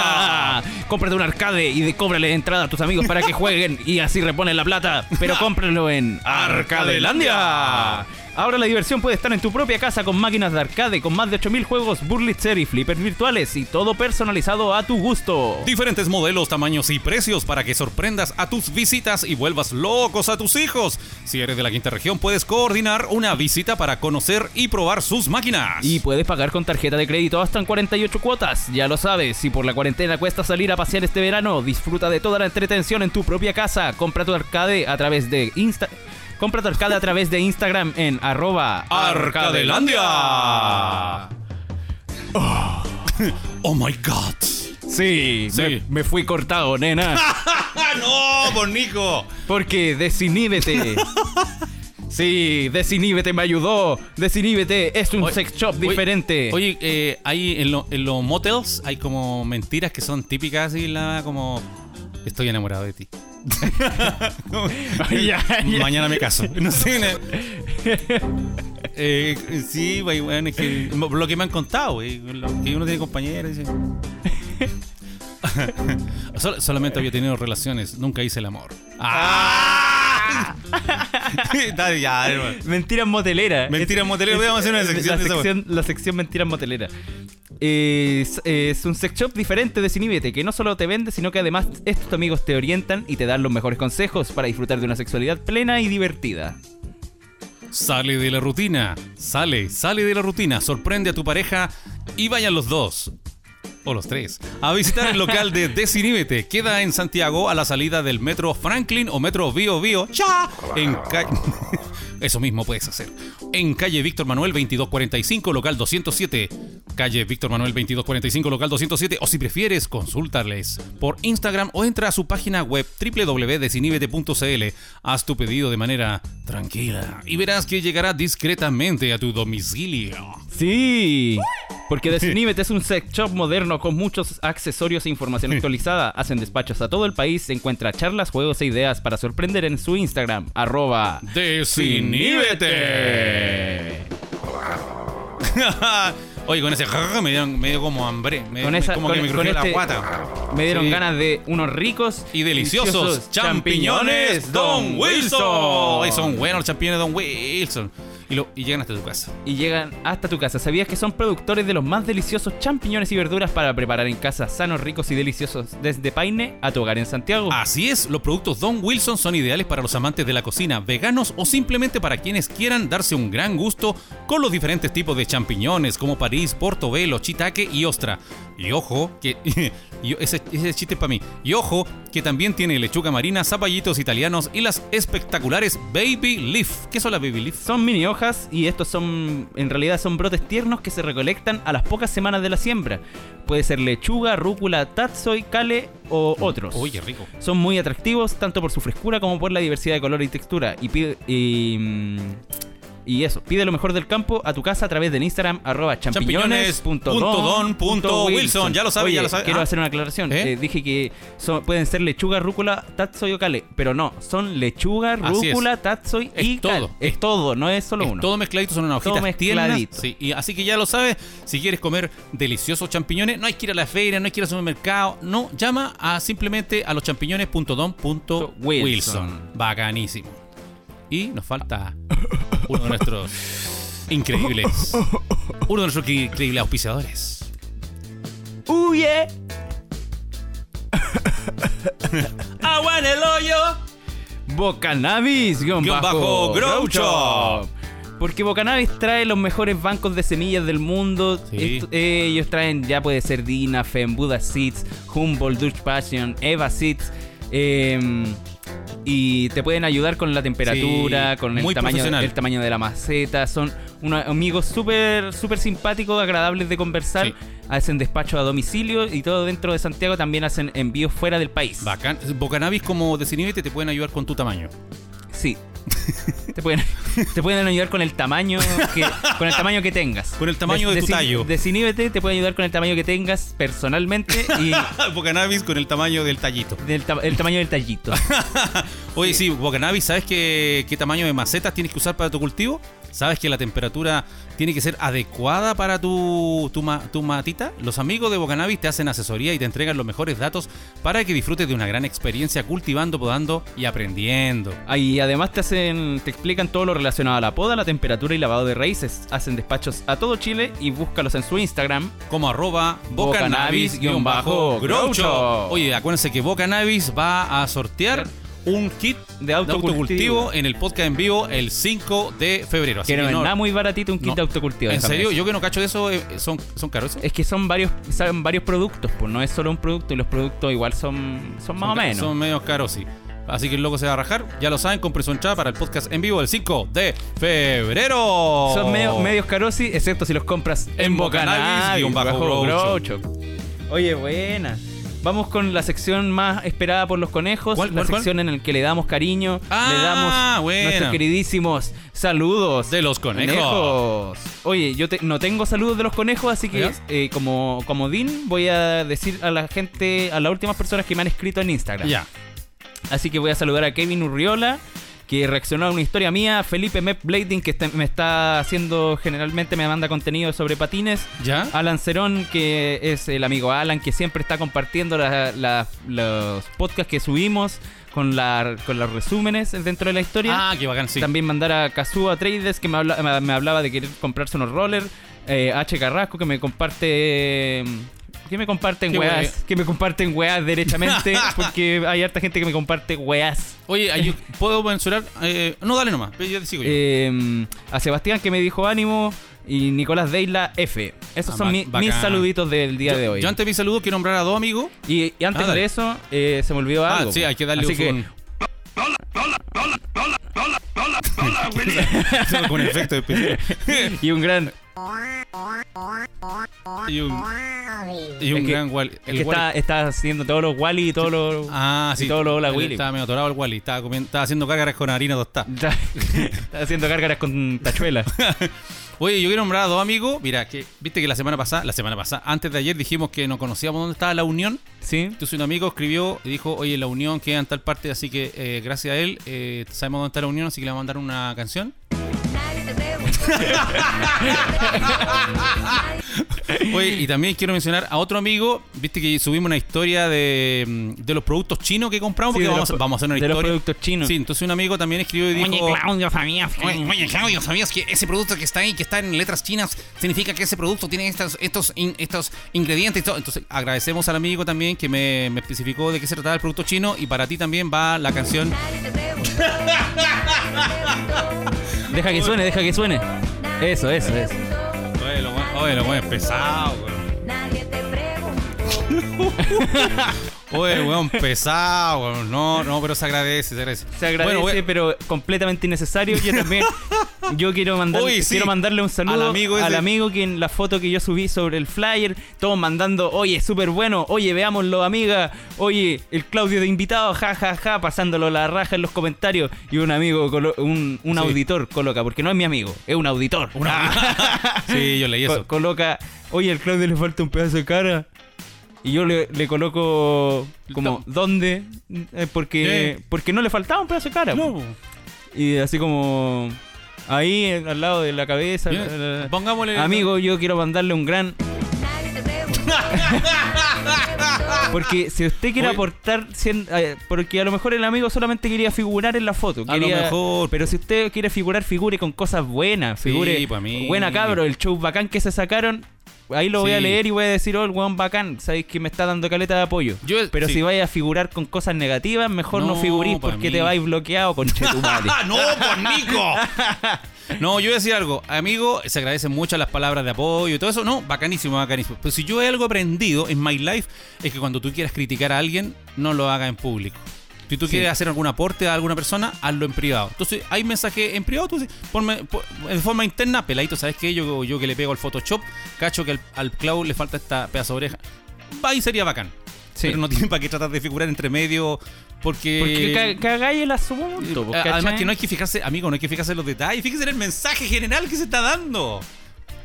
E: Arcadelandia. Cómprate un arcade y de, cóbrale entrada a tus amigos para que jueguen y así reponen la plata, pero cómprenlo en
C: Arcadelandia.
E: Arcadelandia.
A: Ahora la diversión puede estar en tu propia casa con máquinas de arcade, con más de 8000 juegos, burlitzer y flippers virtuales y todo personalizado a tu gusto.
C: Diferentes modelos, tamaños y precios para que sorprendas a tus visitas y vuelvas locos a tus hijos. Si eres de la quinta región, puedes coordinar una visita para conocer y probar sus máquinas.
A: Y puedes pagar con tarjeta de crédito hasta en 48 cuotas. Ya lo sabes, si por la cuarentena cuesta salir a pasear este verano, disfruta de toda la entretención en tu propia casa. Compra tu arcade a través de Insta... Compra tu arcade a través de Instagram en arroba
C: Arcadelandia. Oh. Oh my god.
A: Sí, Me,
C: Sí.
A: me fui cortado, nena.
C: no, por Nico.
A: Porque desiníbete. Sí, Desiníbete me ayudó. Desiníbete es un
C: Oye,
A: sex shop
C: oye,
A: diferente.
C: Oye, eh, hay en, lo- en los motels hay como mentiras que son típicas y la como estoy enamorado de ti.
A: Ay, ya, ya.
C: Mañana me caso. No sé. na- Eh, sí, güey, weón, es que mo- lo que me han contado, güey, lo que uno tiene compañeros. dice. Sol- solamente había tenido relaciones, nunca hice el amor. ¡Ah! Dale, ya, hermano.
A: Mentiras moteleras.
C: Mentiras moteleras, voy a hacer una sección de
A: La
C: esa wea.
A: sección, la sección mentiras moteleras. Es, es un sex shop diferente de Siníbete, que no solo te vende, sino que además estos amigos te orientan y te dan los mejores consejos para disfrutar de una sexualidad plena y divertida.
C: Sale de la rutina. Sale, sale de la rutina. Sorprende a tu pareja y vayan los dos. O los tres. A visitar el local de Desiníbete. Queda en Santiago a la salida del metro Franklin o metro Bio Bio. ¡Cha! En ca- Eso mismo puedes hacer. En calle Víctor Manuel 2245, local 207. Calle Víctor Manuel 2245, local 207. O si prefieres, consúltales por Instagram o entra a su página web www.desinibete.cl. Haz tu pedido de manera tranquila y verás que llegará discretamente a tu domicilio.
A: Sí, porque Desiníbete es un sex shop moderno con muchos accesorios e información actualizada. Hacen despachos a todo el país, encuentra charlas, juegos e ideas para sorprender en su Instagram, arroba
C: ¡Desiníbete! Oye, con ese me dieron medio como hambre. Eh, Me,
A: Con esa-
C: como que
A: con-
C: me
A: con
C: crujió
A: este-
C: la guata.
A: Me dieron
C: Sí.
A: ganas de unos ricos
C: Y deliciosos, champiñones Don Wilson. Oye, son buenos los champiñones Don Wilson. Y, lo- y llegan hasta tu casa.
A: Y llegan hasta tu casa. ¿Sabías que son productores de los más deliciosos champiñones y verduras para preparar en casa sanos, ricos y deliciosos desde Paine a tu hogar en Santiago?
C: Así es, los productos Don Wilson son ideales para los amantes de la cocina, veganos o simplemente para quienes quieran darse un gran gusto con los diferentes tipos de champiñones como París, Portobelo, Chitaque y Ostra. Y ojo, que y- ese, ese chiste es para mí. Y ojo, que también tiene lechuga marina, zapallitos italianos y las espectaculares Baby Leaf. ¿Qué son las Baby Leaf?
A: Son mini hojas y estos son, en realidad son brotes tiernos que se recolectan a las pocas semanas de la siembra. Puede ser lechuga, rúcula, tatsoi, cale o otros.
C: Oye, qué rico.
A: Son muy atractivos tanto por su frescura como por la diversidad de color y textura. Y, pide- y, mm, y eso, pide lo mejor del campo a tu casa a través del Instagram arroba
C: Champiñones
A: champiñones punto don
C: punto don punto
A: punto
C: Wilson. Ya lo sabe,
A: Oye,
C: ya lo sabe.
A: Quiero
C: Ah.
A: hacer una aclaración.
C: ¿Eh?
A: Eh, dije que son- pueden ser lechuga, rúcula, tatsoi o cale. Pero no, son lechuga,
C: Así es.
A: rúcula, tatsoi y
C: Es todo.
A: cale. Es todo, no es solo
C: Es
A: uno.
C: Todo mezcladito son unas
A: Todo
C: hojitas tiernas.
A: mezcladito.
C: Sí, y así que ya lo sabes, si quieres comer deliciosos champiñones, no hay que ir a la feria, no hay que ir al supermercado, no, llama a simplemente a los
A: Wilson.
C: Bacanísimo. Y nos falta uno de nuestros increíbles, uno de nuestros que- increíbles auspiciadores.
A: ¡Huye!
C: ¡Agua en el hoyo!
A: Bocanabis, guión
C: Guión bajo,
A: bajo,
C: Grow
A: Grow Shop. Porque Bocanabis trae los mejores bancos de semillas del mundo.
C: Sí.
A: Esto- eh, ellos traen, ya puede ser Dina, Fem, Buda Seeds, Humboldt, Dutch Passion, Eva Seeds. eh, y te pueden ayudar con la temperatura,
C: Sí,
A: con el
C: muy
A: tamaño,
C: profesional.
A: el tamaño de la maceta. Son unos amigos súper súper simpáticos, agradables de conversar.
C: Sí.
A: Hacen despacho a domicilio y todo dentro de Santiago. También hacen envíos fuera del país.
C: Bacán. Bocanabis como Desiníbete te pueden ayudar con tu tamaño.
A: Sí. te, pueden, te pueden ayudar con el tamaño que, con el tamaño que tengas.
C: Con el tamaño de tu tallo.
A: Desiníbete, te puede ayudar con el tamaño que tengas personalmente y
C: Bocanabis con el tamaño del tallito.
A: del ta- el tamaño del tallito.
C: Oye, sí, Bocanabis, ¿sabes qué, qué tamaño de macetas tienes que usar para tu cultivo? sabes que la temperatura tiene que ser adecuada para tu, tu, ma- tu matita, los amigos de Bocanabis te hacen asesoría y te entregan los mejores datos para que disfrutes de una gran experiencia cultivando, podando y aprendiendo.
A: Ah, Y además te hacen, te explican todo lo relacionado a la poda, la temperatura y lavado de raíces. Hacen despachos a todo Chile y búscalos en su Instagram.
C: como arroba bocanabis-groucho.
A: Groucho.
C: Oye, acuérdense que Bocanabis va a sortear un kit
A: De autocultivo.
C: en el podcast en vivo el 5 de febrero. Así
A: Que no
C: que
A: es
C: no-
A: nada muy baratito un kit
C: no.
A: de autocultivo.
C: ¿En
A: déjame
C: serio?
A: decir.
C: Yo que no cacho de eso, eh, ¿son, son caros esos?
A: Es que son varios, saben varios productos, pues no es solo un producto y los productos igual son, son más
C: Son
A: o
C: ca-
A: menos.
C: Son medio caros, sí. Así que el loco se va a rajar. Ya lo saben, compren su entrada para el podcast en vivo el 5 de febrero.
A: Son medio- medios carosi, excepto si los compras
C: En
A: en
C: Bocanabis,
A: Bocanabis.
C: guión bajo
A: bajo
C: Groucho.
A: Groucho. Oye, buena. Vamos con la sección más esperada por los conejos.
C: ¿Cuál,
A: la
C: cuál, cuál?
A: sección en la que le damos cariño,
C: Ah,
A: le damos
C: buena.
A: nuestros queridísimos saludos.
C: De los conejos.
A: Oye, yo te- no tengo saludos de los conejos, así que
C: ¿Ya?
A: eh, como, como Dean voy a decir a la gente, a las últimas personas que me han escrito en Instagram.
C: Ya.
A: Así que voy a saludar a Kevin Urriola, que reaccionó a una historia mía, Felipe Mep Blading, que está- me está haciendo, generalmente me manda contenido sobre patines.
C: ¿Ya?
A: Alan Cerón, que es el amigo Alan, que siempre está compartiendo la- la- los podcasts que subimos con, la, con los resúmenes dentro de la historia.
C: Ah, qué bacán, sí.
A: También mandar a Kazuo Trades, que me, habla- me- me hablaba de querer comprarse unos rollers. Eh, H. Carrasco, que me comparte. Que me comparten
C: Qué
A: weas.
C: wea.
A: Que me comparten weas derechamente. porque hay harta gente que me comparte weas.
C: Oye, ay, yo- ¿puedo mencionar? Eh, no, dale nomás. Yo te sigo yo.
A: Eh, a Sebastián, que me dijo ánimo. Y Nicolás Deila F. Esos
C: Ah,
A: son
C: ba-
A: mi- mis
C: bacán.
A: saluditos del día
C: yo,
A: de hoy.
C: yo antes de mi saludo quiero nombrar a dos amigos.
A: Y, y antes
C: Ah, dale.
A: de eso, eh, se me olvidó
C: Ah,
A: algo.
C: sí, hay que darle
A: Así
C: un...
A: que,
C: Con efecto especial.
A: Y un gran.
C: y un, y un
A: Es que-
C: gran Wally.
A: es que está, está haciendo todos los Wally y todos los.
C: ah, sí.
A: y todo lo hola,
C: él
A: Willy.
C: Estaba medio atorado el Wally. Estaba, comiendo- estaba haciendo cárgaras con harina tostada.
A: Está, está haciendo gárgaras con tachuelas.
C: Oye, yo quiero nombrar a dos amigos. Mira, que viste que la semana pasada, la semana pasada, antes de ayer dijimos que no conocíamos dónde estaba la unión.
A: ¿Sí?
C: Entonces un amigo escribió y dijo, oye, la unión queda en tal parte, así que eh, gracias a él eh, sabemos dónde está la unión, así que le vamos a mandar una canción.
F: Nadie te preguntó.
C: Oye, y también quiero mencionar a otro amigo, viste que subimos una historia de, mm, de los productos chinos que compramos,
A: Sí,
C: porque
A: de
C: vamos,
A: los-
C: a- vamos a hacer una
A: de los
C: historia.
A: productos chinos.
C: Sí, entonces un amigo también escribió y dijo...
E: Oye, Claudio, sabías que-
C: Oye, oye, Claudio, ¿sabías que ese producto que está ahí, que está en letras chinas, significa que ese producto tiene estas, estos, in- estos ingredientes y todo? Entonces, agradecemos al amigo también que me, me especificó de qué se trataba el producto chino y para ti también va la canción.
F: Nadie te preguntó.
A: Deja que suene, deja que suene. Eso, eso, eso.
C: Oye, lo bueno, oye, lo bueno, es pesado, weón.
F: Nadie te preguntó.
C: Oye, weón, pesado, weón. No, no, pero se agradece, se agradece.
A: Se agradece,
C: Bueno, weón,
A: pero completamente innecesario. Yo también. yo quiero, mandar,
C: Oye, sí.
A: quiero mandarle un saludo
C: Al
A: al
C: amigo
A: amigo,
C: ese.
A: que en la foto que yo subí sobre el flyer, todos mandando, oye, súper bueno, oye, veámoslo, amiga, oye, el Claudio de invitado, ja, ja, ja, pasándolo la raja en los comentarios. Y un amigo, colo- un, un
C: Sí.
A: auditor coloca, porque no es mi amigo, es un auditor. Ah.
C: Sí, yo leí
A: Co-
C: eso.
A: coloca, oye, al Claudio le falta un pedazo de cara. Y yo le, le coloco como,
C: No.
A: ¿dónde? Eh, Porque,
C: Eh.
A: porque no le faltaba un pedazo de cara.
C: No,
A: Y así como ahí en- al lado de la cabeza.
C: Bien,
A: la- la- la-
C: pongámosle-
A: Amigo, yo quiero mandarle un gran.
F: Nadie te preguntó.
A: Porque si usted quiere
C: Oye.
A: aportar. cien- eh, Porque a lo mejor el amigo solamente quería figurar en la foto.
C: A lo
A: quería-
C: mejor,
A: Oh, Pero si usted quiere figurar, figure con cosas buenas.
C: Sí,
A: Figure.
C: pues, amigo.
A: Buena, cabro. El show bacán que se sacaron. Ahí lo voy a
C: Sí.
A: leer y voy a decir, oh, el weón bacán. Sabéis que me está dando caleta de apoyo.
C: Yo-
A: pero
C: sí.
A: si vais a figurar con cosas negativas, mejor no,
C: No,
A: figurís
C: pa'
A: porque
C: mí.
A: te vais bloqueado con Chetumari.
C: ¡Ah, no, por
A: pues,
C: Nico! No, yo voy a decir algo. Amigo, se agradecen mucho las palabras de apoyo y todo eso. No, bacanísimo, bacanísimo. Pero si yo he algo aprendido en my life, es que cuando tú quieras criticar a alguien, no lo hagas en público. Si tú quieres hacer algún aporte a alguna persona, hazlo en privado. Entonces, hay mensaje en privado, tú dices, ponme- po- de forma interna, peladito, ¿sabes qué? Yo, yo que le pego al Photoshop, cacho que al, al Clau le falta esta pedazo de oreja. Va y sería bacán.
A: Sí.
C: Pero no tienen para qué tratar de figurar entre medio, porque...
A: Porque ca- cagáis el
C: Eh,
A: asunto. pues,
C: Además que no hay que fijarse, amigo, no hay que fijarse en los detalles, fíjese en el mensaje general que se está dando.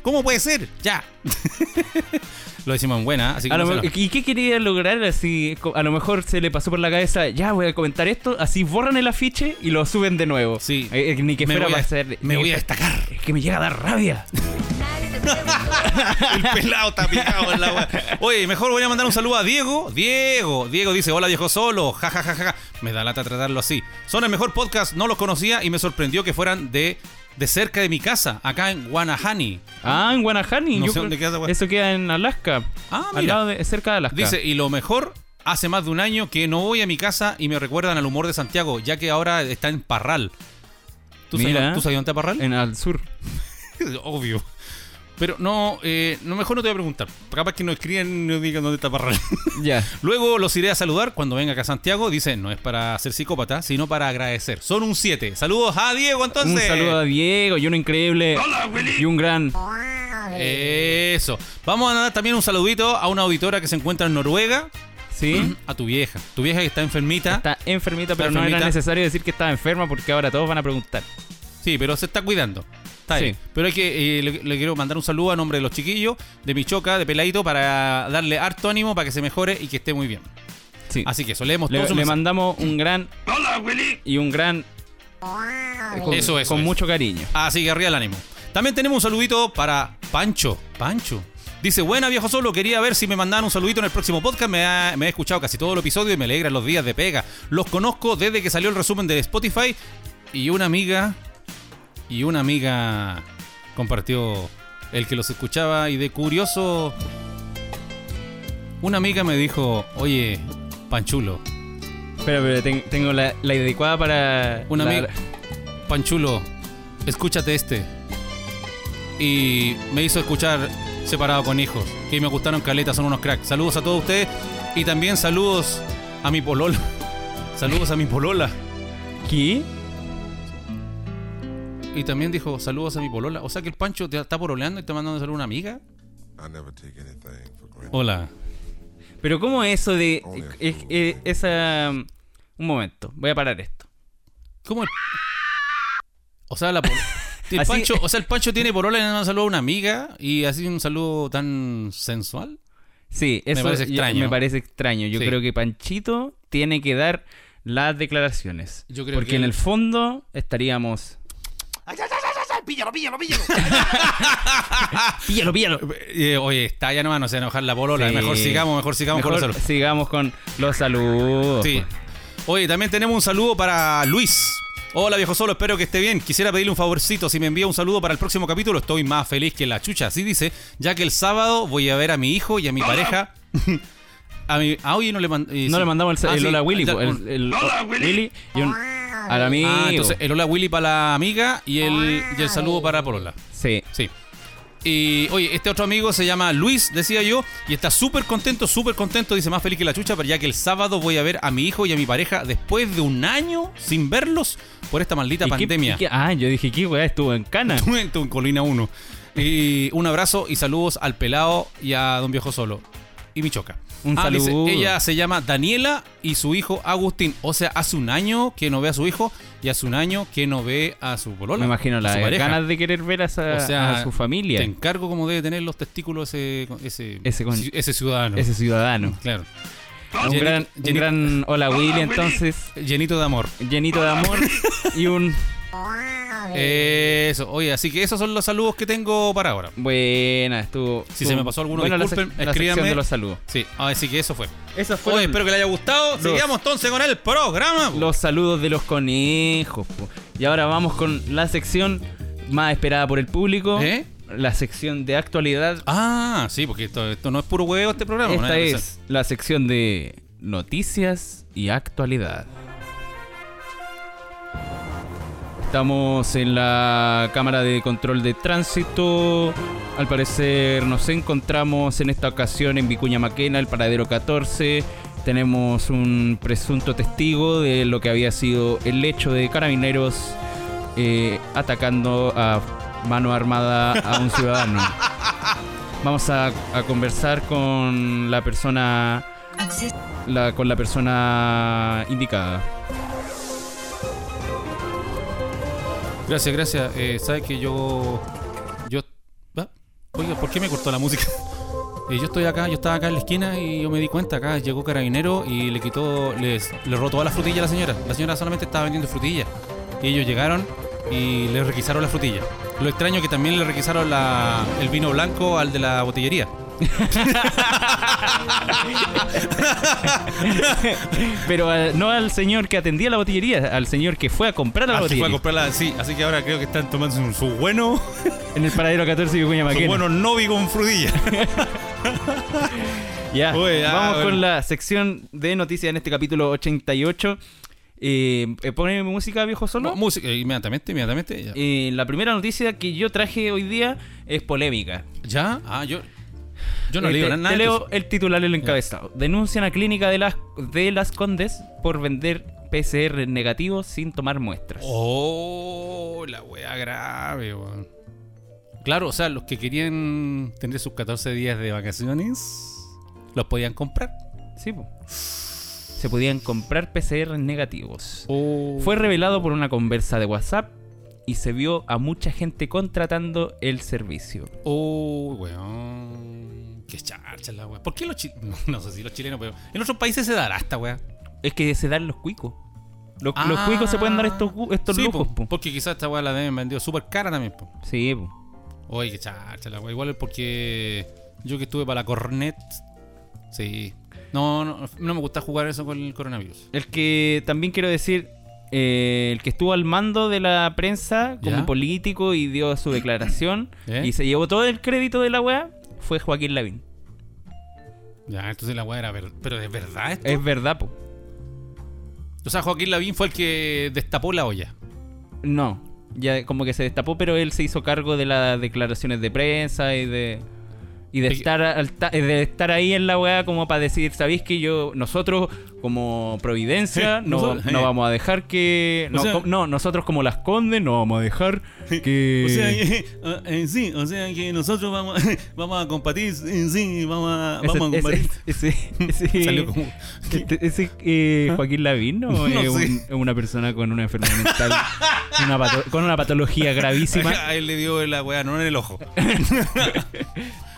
C: ¿Cómo puede ser? Ya. lo decimos en buena, así que
A: A lo
C: no se
A: me-
C: lo-
A: ¿Y qué quería lograr? Así, co- a lo mejor se le pasó por la cabeza, ya voy a comentar esto, así borran el afiche y lo suben de nuevo.
C: Sí.
A: Eh, eh, ni que
C: me
A: fuera
C: voy,
A: para
C: a,
A: hacer.
C: me
A: ni-
C: voy a destacar.
A: Es que me llega a dar rabia.
F: nadie te preguntó.
C: El pelado está picado en la wea. Oye, mejor voy a mandar un saludo a Diego. Diego, Diego dice, hola viejo solo, ja, ja, ja, ja, ja. Me da lata tratarlo así. Son el mejor podcast, no los conocía y me sorprendió que fueran de, de cerca de mi casa, acá en Guanahani.
A: Ah, en Guanahani.
C: No
A: yo
C: sé
A: creo-
C: dónde queda esa wea.
A: Eso queda en Alaska.
C: Ah,
A: al
C: mira.
A: lado de- cerca de Alaska.
C: Dice, y lo mejor, hace más de un año que no voy a mi casa y me recuerdan al humor de Santiago, ya que ahora está en Parral. ¿Tú, sabes-
A: Mira.
C: ¿tú sabes dónde está Parral?
A: en al sur.
C: Obvio. Pero no, eh, no, mejor no te voy a preguntar. Capaz que no escriban y nos digan dónde está Parral.
A: Ya.
C: Luego los iré a saludar cuando venga acá a Santiago. Dice, no es para ser psicópata, sino para agradecer. Son un 7. Saludos a Diego entonces.
A: Un saludo a Diego y uno increíble. Y un gran.
C: Eso. Vamos a dar también un saludito a una auditora que se encuentra en Noruega.
A: ¿Sí?
C: A tu vieja. Tu vieja que está enfermita.
A: Está enfermita, pero no
C: Está enfermita.
A: era necesario decir que estaba enferma porque ahora todos van a preguntar.
C: Sí, pero se está cuidando. Está bien.
A: Sí.
C: Pero hay que, eh, le, le quiero mandar un saludo a nombre de los chiquillos, de Michoca, de Peladito, para darle harto ánimo para que se mejore y que esté muy bien.
A: Sí.
C: Así que solemos
A: le,
C: todos un
A: le
C: mensaje.
A: mandamos un gran. Y un gran. Con,
C: Eso, eso,
A: con
C: eso.
A: mucho cariño.
C: Así que arriba el ánimo. También tenemos un saludito para Pancho. Pancho. Dice, buena viejo solo, quería ver si me mandaban un saludito en el próximo podcast. Me ha, me he escuchado casi todo el episodio y me alegra los días de pega. Los conozco desde que salió el resumen de Spotify. Y una amiga. Y una amiga compartió el que los escuchaba. Y de curioso. Una amiga me dijo, oye, Panchulo,
A: Espera, pero ten- tengo la, la adecuada para.
C: Una
A: la-
C: amiga- Panchulo, escúchate este. Y me hizo escuchar Separado con Hijos, que me gustaron caletas, son unos cracks. Saludos a todos ustedes y también saludos a mi polola. Saludos a mi polola.
A: ¿Qué?
C: Y también dijo saludos a mi polola. O sea que el Pancho te está poroleando y te mandando saludos a una amiga.
G: I never take anything for granted.
C: Hola.
A: Pero ¿cómo es eso de...
G: Obvio.
A: es- es- esa... Un momento, voy a parar esto.
C: ¿Cómo el... O sea, la pol- el
A: Así-
C: Pancho, o sea, el Pancho tiene polola y le manda un saludo a una amiga y así un saludo tan sensual.
A: Sí, eso
C: parece
A: ya-
C: extraño.
A: me parece extraño. Yo
C: Sí.
A: creo que Panchito tiene que dar las declaraciones.
C: Yo creo
A: porque
C: que-
A: en el fondo estaríamos... píllalo, píllalo!
C: Eh, oye, está ya nomás, no se va a enojar la polola.
A: Sí.
C: Mejor sigamos, mejor sigamos con los
A: Mejor
C: saludos.
A: sigamos con los saludos.
C: Sí. Oye, también tenemos un saludo para Luis. Hola viejo solo, espero que esté bien. Quisiera pedirle un favorcito. Si me envía un saludo para el próximo capítulo, estoy más feliz que la chucha. Así dice, ya que el sábado voy a ver a mi hijo y a mi pareja. A mi. Ah, oye, no le, mand- eh,
A: No
C: sí.
A: le mandamos el,
C: Ah,
A: el
C: sí.
A: hola Willy.
C: Ya,
A: po, el,
C: un-
A: el- Willy y un... Al amigo.
C: Ah, entonces el hola Willy para la amiga y el, y el saludo para Polola.
A: Sí.
C: Sí. Y oye, este otro amigo se llama Luis, decía yo, y está súper contento, súper contento, dice más feliz que la chucha, pero ya que el sábado voy a ver a mi hijo y a mi pareja después de un año sin verlos por esta maldita
A: ¿Y qué-
C: pandemia.
A: y qué- ah, yo dije, ¿qué weá? Estuvo en cana.
C: Tú en, tú en Colina 1. Y un abrazo y saludos al pelado y a Don Viejo Solo. Y Michoca.
A: Un
C: Ah, dice,
A: saludo.
C: ella se llama Daniela y su hijo Agustín. O sea, hace un año que no ve a su hijo y hace un año que no ve a su polola.
A: Me imagino
C: a
A: las
C: su pareja.
A: ganas de querer ver a, esa-
C: O sea,
A: a su familia,
C: Te encargo como debe tener los testículos ese ese,
A: Ese con-
C: ci- ese ciudadano.
A: ese ciudadano.
C: Claro.
A: Un
C: Jenny-
A: gran, un
C: Jenny- Ah,
A: gran hola Willy, entonces,
C: Llenito de amor.
A: llenito de amor y un
C: Eso. Oye, así que esos son los saludos que tengo para ahora.
A: buena, estuvo.
C: Si
A: estuvo-
C: se me pasó alguno,
A: buena la
C: disculpen,
A: sec- la
C: escríbanme.
A: sección de los saludos.
C: Sí, así que eso fue.
A: Esos
C: Oye,
A: fueron
C: espero que les haya gustado. Sigamos entonces con el programa. po.
A: los saludos de los conejos. po. Y ahora vamos con la sección más esperada por el público,
C: ¿Eh?
A: la sección de actualidad.
C: Ah, sí, porque esto, esto no es puro huevo este programa. ¿no?
A: Esta es la sección de noticias y actualidad. Estamos en la cámara de control de tránsito. Al parecer nos encontramos en esta ocasión en Vicuña Maquena, el paradero 14. Tenemos un presunto testigo de lo que había sido el hecho de carabineros eh, atacando a mano armada a un ciudadano. Vamos a, a conversar con la persona la, con la persona indicada.
C: Gracias, gracias. Eh, Sabes que yo. Yo. ¿Ah? Oiga, ¿por qué me cortó la música? Eh, yo estoy acá, yo estaba acá en la esquina y yo me di cuenta, acá llegó carabinero y le quitó, les, le robó todas las frutillas a la señora. La señora solamente estaba vendiendo frutillas. Y ellos llegaron y le requisaron las frutillas. Lo extraño que también le requisaron la- el vino blanco al de la botillería.
A: Pero eh, no al señor que atendía la botillería, al señor que fue a comprar la
C: Así Ah, fue a
A: botillería.
C: comprarla, sí. Así que ahora creo que están tomando su, su bueno,
A: En el paradero 14 de Cuña
C: su
A: Maquena.
C: bueno novi con frutilla.
A: Ya,
C: Uy, ah,
A: vamos
C: bueno.
A: con la sección de noticias en este capítulo 88. Eh, eh, ¿Pone música, viejo solo?
C: No, música, eh, inmediatamente, inmediatamente. Ya.
A: Eh, la primera noticia que yo traje hoy día es polémica.
C: ¿Ya? Ah, yo. Yo no
A: Eh,
C: leo
A: te-
C: nada.
A: Te leo
C: entonces.
A: el titular, el encabezado. Denuncian a clínica de las, de las Condes por vender PCR negativo sin tomar muestras.
C: Oh, la wea grave, weón. Claro, o sea, los que querían tener sus 14 días de vacaciones, los podían comprar.
A: Sí, po. Se podían comprar PCR negativos.
C: Oh.
A: Fue revelado por una conversa de WhatsApp y se vio a mucha gente contratando el servicio.
C: Oh, weón. Qué charcha la wea. ¿Por qué los chilenos? No, no sé si los chilenos, pero. En otros países se dará esta wea.
A: Es que se dan los cuicos. Los, los cuicos se pueden dar estos, gu- estos
C: Ah. Sí,
A: lujos,
C: po,
A: po.
C: Porque quizás esta wea la deben vendido súper cara también, po.
A: Sí, po.
C: Oye, qué charcha la wea. Igual es porque yo que estuve para la cornet. Sí. No, no, no me gusta jugar eso con el coronavirus.
A: El que también quiero decir, eh, el que estuvo al mando de la prensa como
C: ¿Ya?
A: político y dio su declaración
C: ¿Eh?
A: y se llevó todo el crédito de la weá fue Joaquín Lavín.
C: Ya, entonces la weá era ver- Pero es verdad esto.
A: Es verdad, po.
C: O sea, Joaquín Lavín fue el que destapó la olla.
A: No, ya como que se destapó, pero él se hizo cargo de las declaraciones de prensa y de y de
C: Es que-
A: estar al ta- eh, de estar ahí en la weá como para decir, ¿sabéis que yo nosotros como Providencia
C: Sí,
A: no,
C: nosotros-
A: no
C: eh.
A: vamos a dejar que
C: O
A: no,
C: sea-
A: com- no, nosotros como Las Condes no vamos a dejar que
C: eh, sí, o sea que nosotros vamos, vamos a compartir, sí, Ah, vamos a,
A: Ese- ese- ese- ese-
C: Salió como... Ah.
A: este- ese, eh, Joaquín Lavín ¿no?
C: No
A: es,
C: sé.
A: un- es una persona con una enfermedad mental, una pato- con una patología gravísima.
C: A él le dio la weá, no en el ojo.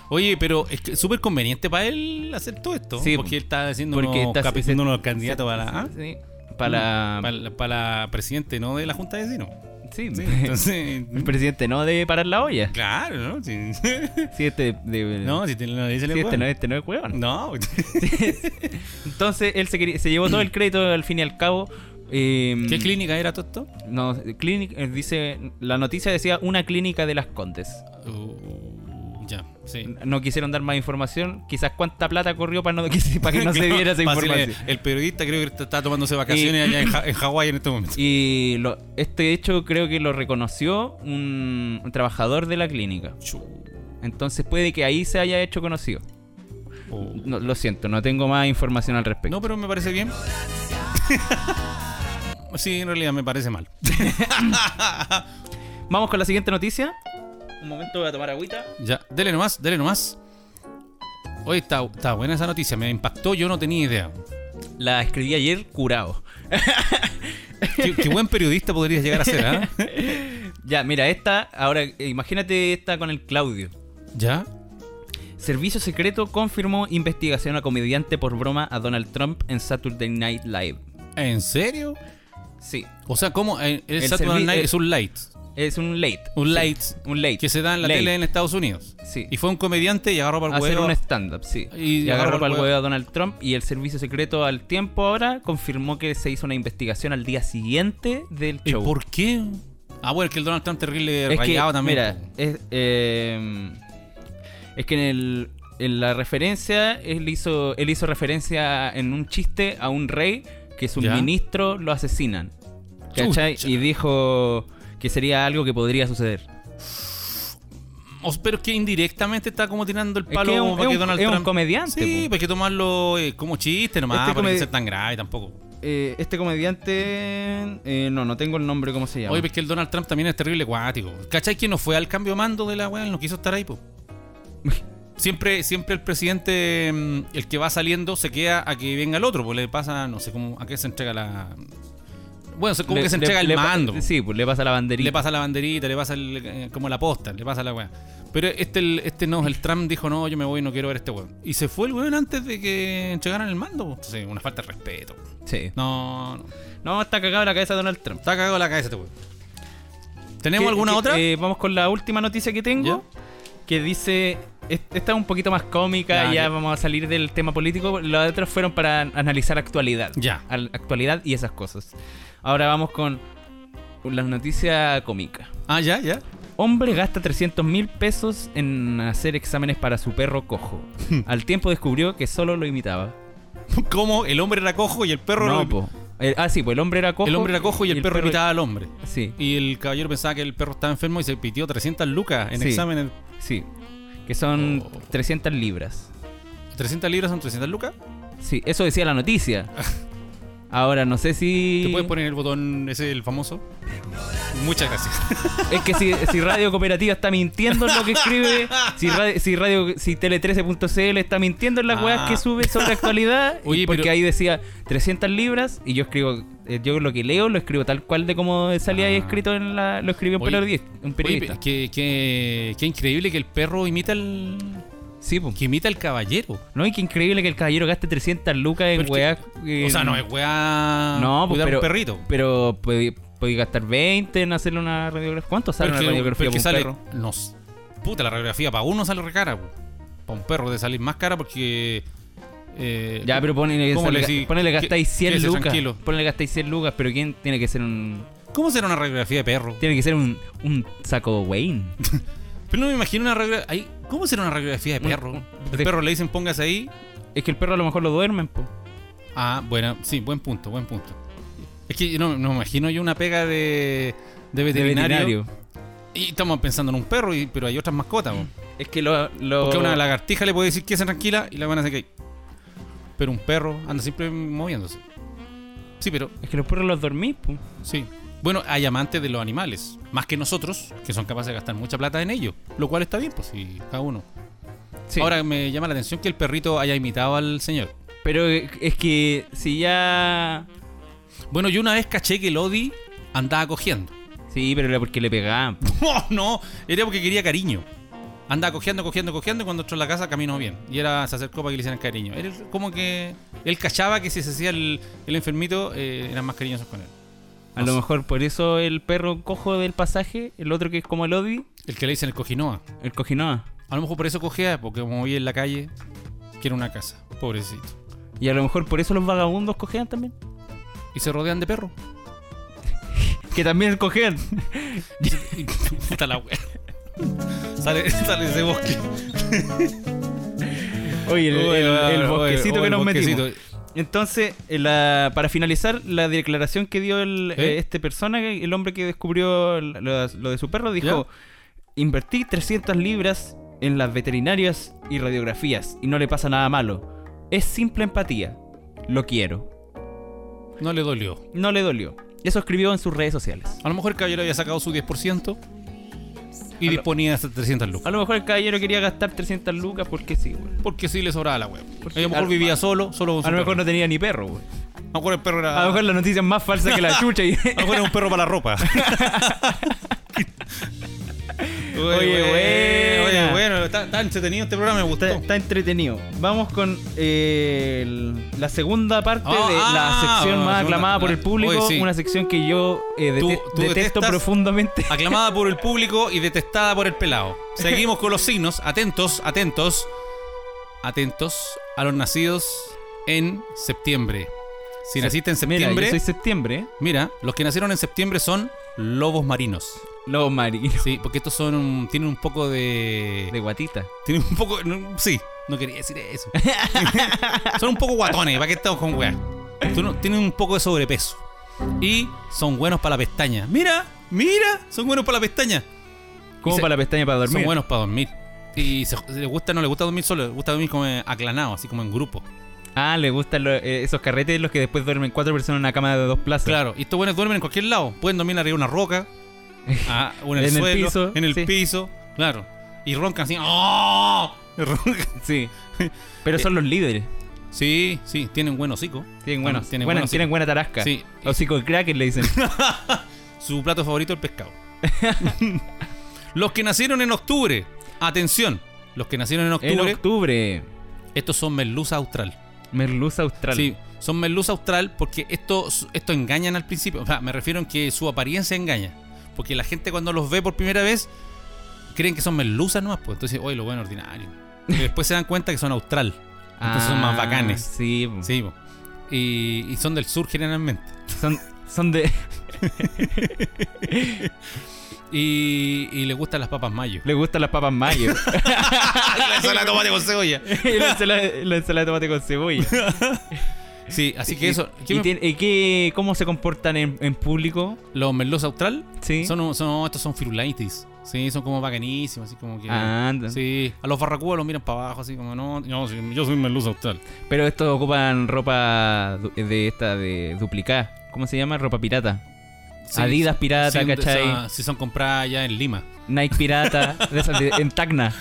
C: Oye, pero es que es súper conveniente para él hacer todo esto.
A: Sí,
C: porque él está haciendo
A: porque
C: unos,
A: está-
C: capi-
A: se-
C: unos candidatos para la, ¿ah?
A: Sí, para,
C: para la- para la presidente, no de la Junta de Vecinos.
A: sí,
C: Sí, entonces. mm,
A: el presidente no debe parar la olla.
C: claro, ¿no? Sí.
A: Sí, este, de-
C: no, si te lo dice
A: sí,
C: la
A: este
C: weá.
A: no, este no es huevón.
C: No,
A: Entonces él se, quería- se llevó todo el crédito al fin y al cabo. eh,
C: ¿Qué clínica era todo esto?
A: No, clínica, eh, dice, la noticia decía una clínica de las Condes.
C: Uh, ya, sí.
A: No quisieron dar más información. Quizás cuánta plata corrió para, no, para que no se diera esa
C: Claro, fácil,
A: información.
C: eh, El periodista creo que está tomándose vacaciones allá en, Ja- en Hawái en este momento.
A: Y lo- este hecho creo que lo reconoció un, un trabajador de la clínica. Entonces puede que ahí se haya hecho conocido.
C: Oh.
A: No, lo siento, no tengo más información al respecto.
C: No, pero me parece bien. sí, en realidad me parece mal.
A: Vamos con la siguiente noticia. Un momento, voy a tomar agüita.
C: Ya, dele nomás, dele nomás. Oye, está, está buena esa noticia, me impactó, yo no tenía idea.
A: La escribí ayer curado.
C: Qué, qué buen periodista podrías llegar a ser, ¿ah?
A: Ya, mira, esta, ahora eh, imagínate esta con el Claudio.
C: ¿Ya?
A: Servicio secreto confirmó investigación a comediante por broma a Donald Trump en Saturday Night Live.
C: ¿En serio?
A: Sí,
C: O sea, ¿cómo? Eh, El,
A: El
C: Saturday
A: servi-
C: Night
A: el-
C: es un light.
A: es un late.
C: Un
A: Sí,
C: light.
A: Un late.
C: Que se da en la
A: Late.
C: tele en Estados Unidos.
A: Sí.
C: Y fue un comediante y agarró para el
A: hacer
C: huevo.
A: un stand-up, sí.
C: Y
A: Y, agarró
C: agarró
A: para el
C: huevo.
A: huevo a Donald Trump y el servicio secreto al tiempo ahora confirmó que se hizo una investigación al día siguiente del
C: ¿Y
A: show.
C: por qué? Ah, bueno, es que el Donald Trump terrible
A: es que,
C: rayado también.
A: mira, es, eh, es que en, el, en la referencia él hizo, él hizo referencia en un chiste a un rey que sus
C: Ya.
A: ministros lo asesinan. ¿Cachai?
C: Chucha.
A: Y dijo que sería algo que podría suceder.
C: O sea, pero es que indirectamente está como tirando el
A: que
C: palo
A: es un-
C: como para
A: es
C: que
A: un-
C: Donald
A: es un
C: Trump-
A: comediante,
C: Sí,
A: po.
C: pues hay que tomarlo eh, como chiste nomás,
A: Este
C: para
A: comedi-
C: no ser tan grave tampoco.
A: Eh, este comediante. eh, no, no tengo el nombre, ¿cómo se llama?
C: Oye, pues que el Donald Trump también es terrible cuático. ¿Cachai que no fue al cambio de mando de la weá? Él no quiso estar ahí, po. Siempre, siempre el presidente, mm, el que va saliendo, se queda a que venga el otro, pues le pasa, no sé cómo, a qué se entrega la. Bueno, se- como
A: Le-
C: que se
A: le-
C: entrega el
A: le pa-
C: mando.
A: Sí, pues le pasa la banderita.
C: Le pasa la banderita, le pasa el, eh, como la posta, le pasa la weá. Pero este, el- este no, el Trump dijo, no, yo me voy, no quiero ver a este weón. Y se fue el weón antes de que entregaran el mando. po. Entonces, una falta de respeto.
A: Sí.
C: No, no.
A: No, está cagado la cabeza de Donald Trump.
C: Está cagado la cabeza este weón. ¿Tenemos
A: ¿Qué-
C: alguna
A: qué-
C: otra?
A: eh, vamos con la última noticia que tengo. Que dice. es- Esta es un poquito más cómica,
C: Ya,
A: ya
C: ya.
A: vamos a salir del tema político. Las otras fueron para analizar actualidad.
C: Ya.
A: Al- actualidad y esas cosas. Ahora vamos con la noticia cómica.
C: Ah, ya, ya.
A: Hombre gasta 300 mil pesos en hacer exámenes para su perro cojo. Al tiempo descubrió que solo lo imitaba.
C: Como el hombre era cojo y el perro
A: No,
C: lo-
A: po. Eh, ah, sí, pues el hombre era cojo.
C: El hombre era cojo y el, perro, imitaba al hombre.
A: Sí,
C: Y el caballero pensaba que el perro estaba enfermo y se pitió 300 lucas en
A: Sí.
C: exámenes.
A: sí. Que son
C: Oh.
A: 300 libras.
C: 300 libras son 300 lucas.
A: Sí, eso decía la noticia. Ahora no sé si.
C: ¿Te puedes poner el botón ese, el famoso? Muchas gracias.
A: Es que si, si Radio Cooperativa está mintiendo en lo que escribe, si radio, si, radio, si Tele13.cl está mintiendo en las
C: Ah.
A: weas que sube sobre actualidad,
C: Oye,
A: porque
C: pero-
A: ahí decía 300 libras y yo escribo, eh, yo lo que leo lo escribo tal cual de como salía ahí
C: Ah.
A: escrito en la. Lo escribió un,
C: Oye,
A: periodista, un periodista.
C: Oye, qué, qué- qué increíble que el perro imita al.
A: Sí, po.
C: que imita al caballero.
A: No, y qué increíble que el caballero gaste 300 lucas en
C: Pero es
A: weas.
C: que-
A: eh,
C: o sea, no es weá.
A: No, pues,
C: cuidar
A: pero,
C: un perrito.
A: Pero podí podí gastar 20 en hacerle una radiografía. ¿Cuánto sale
C: Pero
A: una
C: que-
A: radiografía
C: pero que
A: para un
C: sale-
A: perro?
C: nos- puta, la radiografía para uno sale re cara. Para un perro de salir más cara porque. eh,
A: Ya, pero ponele,
C: ¿cómo le
A: ponele,
C: decís?
A: ponele
C: ¿Qué-
A: gastáis
C: qué
A: 100
C: es ese
A: lucas.
C: tranquilo?
A: Ponele gastáis 100 lucas, pero ¿quién tiene que ser un.
C: ¿Cómo será una radiografía de perro?
A: Tiene que ser un, un saco Wayne.
C: Pero no me imagino una radiografía. ahí- ¿Cómo será una radiografía de
A: Un-
C: perro? El
A: de-
C: perro le dicen póngase ahí.
A: es que el perro a lo mejor lo duermen, po.
C: Ah, bueno, sí, buen punto, buen punto. Es que yo no, no me imagino yo una pega de, de
A: De
C: veterinario.
A: veterinario.
C: Y estamos pensando en un perro, y- pero hay otras mascotas. po.
A: Es que lo. lo-
C: Porque a una lagartija le puede decir que se tranquila y la van a hacer que. Pero un perro anda siempre moviéndose. Sí, pero
A: Es que los perros los dormís, po.
C: sí. Bueno, hay amantes de los animales, más que nosotros, que son capaces de gastar mucha plata en ellos, lo cual está bien, pues sí, cada uno.
A: Sí.
C: Ahora me llama la atención que el perrito haya imitado al señor.
A: Pero es que si ya.
C: Bueno, yo una vez caché que Lodi andaba cogiendo.
A: Sí, pero era porque le pegaban. po.
C: No, no, era porque quería cariño. Andaba cogiendo, cogiendo, cogiendo y cuando entró en la casa caminó bien. Y era, se acercó para que le hicieran cariño. Era como que él cachaba que si se hacía el, el enfermito eh, eran más cariñosos con él.
A: A
C: No
A: lo
C: sé.
A: mejor por eso el perro cojo del pasaje, el otro que es como el Odi,
C: El que le dicen el cojinoa.
A: el cojinoa.
C: A lo mejor por eso cogea, porque como vi en la calle, quiere una casa. Pobrecito.
A: Y a lo mejor por eso los vagabundos cojean también.
C: Y se rodean de perro.
A: Que también cojean.
C: Y- Puta la wea. Sale, sale ese bosque.
A: Oye, el, el-
C: Oye,
A: el
C: oye,
A: bosquecito
C: oye,
A: que
C: el
A: nos
C: bosquecito.
A: metimos. Entonces, eh, la- para finalizar, la declaración que dio el,
C: ¿Eh?
A: eh, este persona, que- el hombre que descubrió la- lo, lo de su perro, dijo: Invertí 300 libras en las veterinarias y radiografías y no le pasa nada malo. Es simple empatía. Lo quiero.
C: No le dolió.
A: No le dolió. Eso escribió en sus redes sociales.
C: A lo mejor el caballero había sacado su 10% y disponía hasta 300 lucas.
A: A lo mejor el caballero quería gastar 300 lucas porque sí, güey.
C: Porque sí le sobraba la web.
A: Porque-
C: A lo mejor
A: a-
C: vivía solo, solo con su
A: A lo mejor
C: perro.
A: no tenía ni perro, güey.
C: A lo mejor el perro era.
A: A lo mejor la noticia es más falsa que la chucha y...
C: a lo mejor era un perro para la ropa. Oye,
A: Oye,
C: oye,
A: buena.
C: bueno, está, está entretenido este programa, me gustó.
A: Está, está entretenido. Vamos con eh, el- la segunda parte
C: Ah,
A: de la
C: ah,
A: sección
C: bueno,
A: más
C: la segunda-
A: aclamada por el público.
C: Oye, sí.
A: Una sección que yo eh,
C: Tú-
A: dete-
C: tú
A: detesto
C: detestas-
A: profundamente.
C: Aclamada por el público y detestada por el pelado. Seguimos con los signos. Atentos, atentos. Atentos a los nacidos en septiembre. Si naciste en
A: Mira,
C: septiembre,
A: yo soy septiembre. ¿eh?
C: mira, los que nacieron en septiembre son lobos marinos.
A: Lobo marino.
C: Sí, porque estos son un- tienen un poco de,
A: De guatita.
C: tienen un poco no, sí, no quería decir eso. son un poco guatones, ¿para qué estamos con weá? Tú no- Tienen un poco de sobrepeso. Y son buenos para la pestaña. Mira, mira, son buenos para la pestaña.
A: Como
C: se-
A: para la pestaña para dormir.
C: Son buenos para dormir. Y se, se les gusta, no les gusta dormir solo, les gusta dormir como eh, aclanado, así como en grupo.
A: Ah, le gustan lo- eh, esos carretes los que después duermen cuatro personas en una cama de dos plazas.
C: Claro, y estos buenos duermen en cualquier lado. Pueden dormir arriba de una roca, ah, o en el,
A: En el
C: suelo,
A: piso,
C: en el
A: sí.
C: piso, claro. Y roncan así. ¡Oh! Roncan. Eh,
A: Sí. Pero son los líderes.
C: Sí, sí, tienen buen hocico.
A: Tienen, buenos,
C: Tienen
A: tienen,
C: buen hocico.
A: tienen buena tarasca.
C: Sí.
A: Hocico de cracker le dicen.
C: Su plato favorito el pescado. los que nacieron en octubre. Atención, los que nacieron en
A: en
C: octubre,
A: octubre.
C: estos son merluza austral.
A: Merluza austral.
C: Sí, son merluza austral porque estos esto engañan al principio. O sea, me refiero en que su apariencia engaña. Porque la gente cuando los ve por primera vez creen que son merluzas nomás. Pues entonces, oye, lo bueno ordinario. Y después se dan cuenta que son austral. Entonces son más
A: Ah,
C: bacanes.
A: Sí, po.
C: Sí, po. y, y son del sur generalmente.
A: Son, son de.
C: Y, y les gustan las papas mayo.
A: Le gustan las papas mayo.
C: la ensalada de tomate con cebolla.
A: y la ensalada, la ensalada de tomate con cebolla.
C: Sí, así que eso. ¿qué
A: ¿Y,
C: me-
A: tien- y qué- cómo se comportan en, en público?
C: Los merlos austral
A: Sí.
C: son, son, estos son firulaitis. Sí, son como bacanísimos, así como que.
A: Ah, anda.
C: Sí, a los barracudas los miran para abajo, así como, no, no, sí, yo soy merluza austral.
A: Pero estos ocupan ropa du- de esta de duplicada. ¿Cómo se llama? Ropa pirata.
C: Sí,
A: Adidas
C: sí,
A: pirata,
C: sí,
A: ¿cachai?
C: o sea, sí son compradas allá en Lima.
A: Nike pirata. de esas de- en Tacna.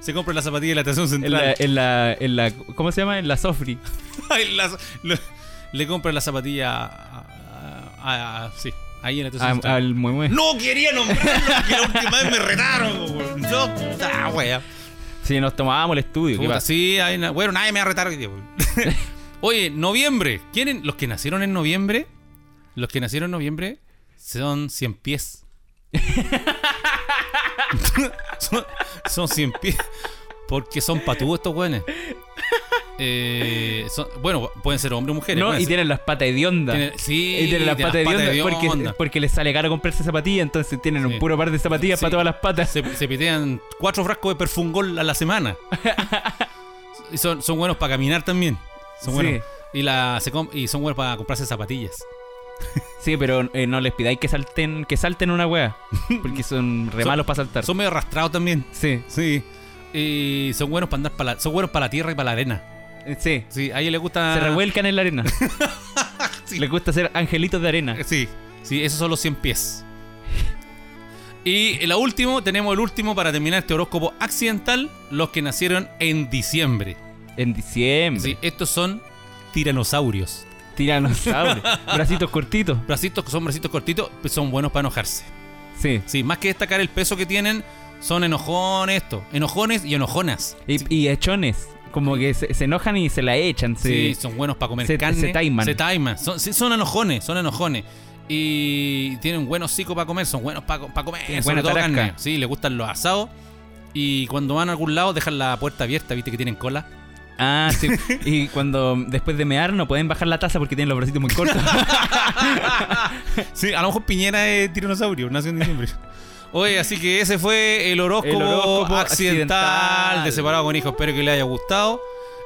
C: Se compra la zapatilla de la estación
A: En la, E-
C: central.
A: en la, en la- ¿Cómo se llama? En la Sofri.
C: En la- lo- le compra la zapatilla a, a- a- sí, ahí en la estación
A: a-
C: central.
A: Ah, al muemue.
C: No quería nombrarlo, que la última vez me retaron, weón. No, puta wea.
A: Si nos tomábamos el estudio. ¿qué
C: Puta,
A: pasa?
C: sí, hay una- bueno, nadie me va a retar hoy día, weón. Oye, noviembre. ¿Quieren? Los que nacieron en noviembre, los que nacieron en noviembre son 100 pies. son, son 100 pies. Porque son patudos estos weones. Eh, son- bueno, pueden ser hombres o mujeres.
A: No,
C: pueden
A: y
C: ser-
A: tienen las patas hediondas.
C: tienen- sí,
A: y tienen las patas hediondas porque,
C: hediondas.
A: porque les sale caro comprarse zapatillas, entonces tienen
C: Sí.
A: un puro par de zapatillas
C: Sí.
A: para todas las patas.
C: se, se pitean cuatro frascos de perfungol a la semana. Y son, son buenos para caminar también. Son
A: Sí.
C: buenos. Y, la, se com- y son buenos para comprarse zapatillas.
A: Sí, pero eh, no les pidáis que salten, que salten una wea. Porque son re
C: Son-
A: malos para saltar.
C: Son medio arrastrados también.
A: Sí,
C: Sí. Y son buenos para andar para la, son buenos para la tierra y para la arena.
A: eh, sí.
C: Sí, a ellos les gusta.
A: Se revuelcan en la arena.
C: Sí.
A: Les gusta ser angelitos de arena.
C: eh, Sí, sí, esos son los 100 pies. Y la último, tenemos el último para terminar este horóscopo accidental, los que nacieron en diciembre.
A: En diciembre.
C: Sí, estos son tiranosaurios.
A: Tiranosaurios. Bracitos cortitos.
C: Bracitos que son bracitos cortitos, pues son buenos para enojarse.
A: Sí.
C: Sí, más que destacar el peso que tienen, son enojones esto. Enojones y enojonas.
A: Y, y hechones. Como que se, se enojan y se la echan.
C: Sí,
A: Sí.
C: son buenos para comer
A: Se-
C: carne.
A: se taiman.
C: Se taiman. Son, sí, son enojones, son enojones. Y tienen buen hocico para comer, son buenos para, para comer.
A: Tienen
C: sobre
A: buena
C: todo
A: tarasca.
C: carne. Sí, les gustan los asados. Y cuando van a algún lado, dejan la puerta abierta, viste que tienen cola.
A: Ah, sí. y cuando después de mear no pueden bajar la taza porque tienen los bracitos muy cortos.
C: Sí, a lo mejor Piñera es tiranosaurio, nació en diciembre. Oye, así que ese fue el horóscopo,
A: El horóscopo
C: accidental,
A: accidental.
C: de Separado con Hijos. Espero que les haya gustado.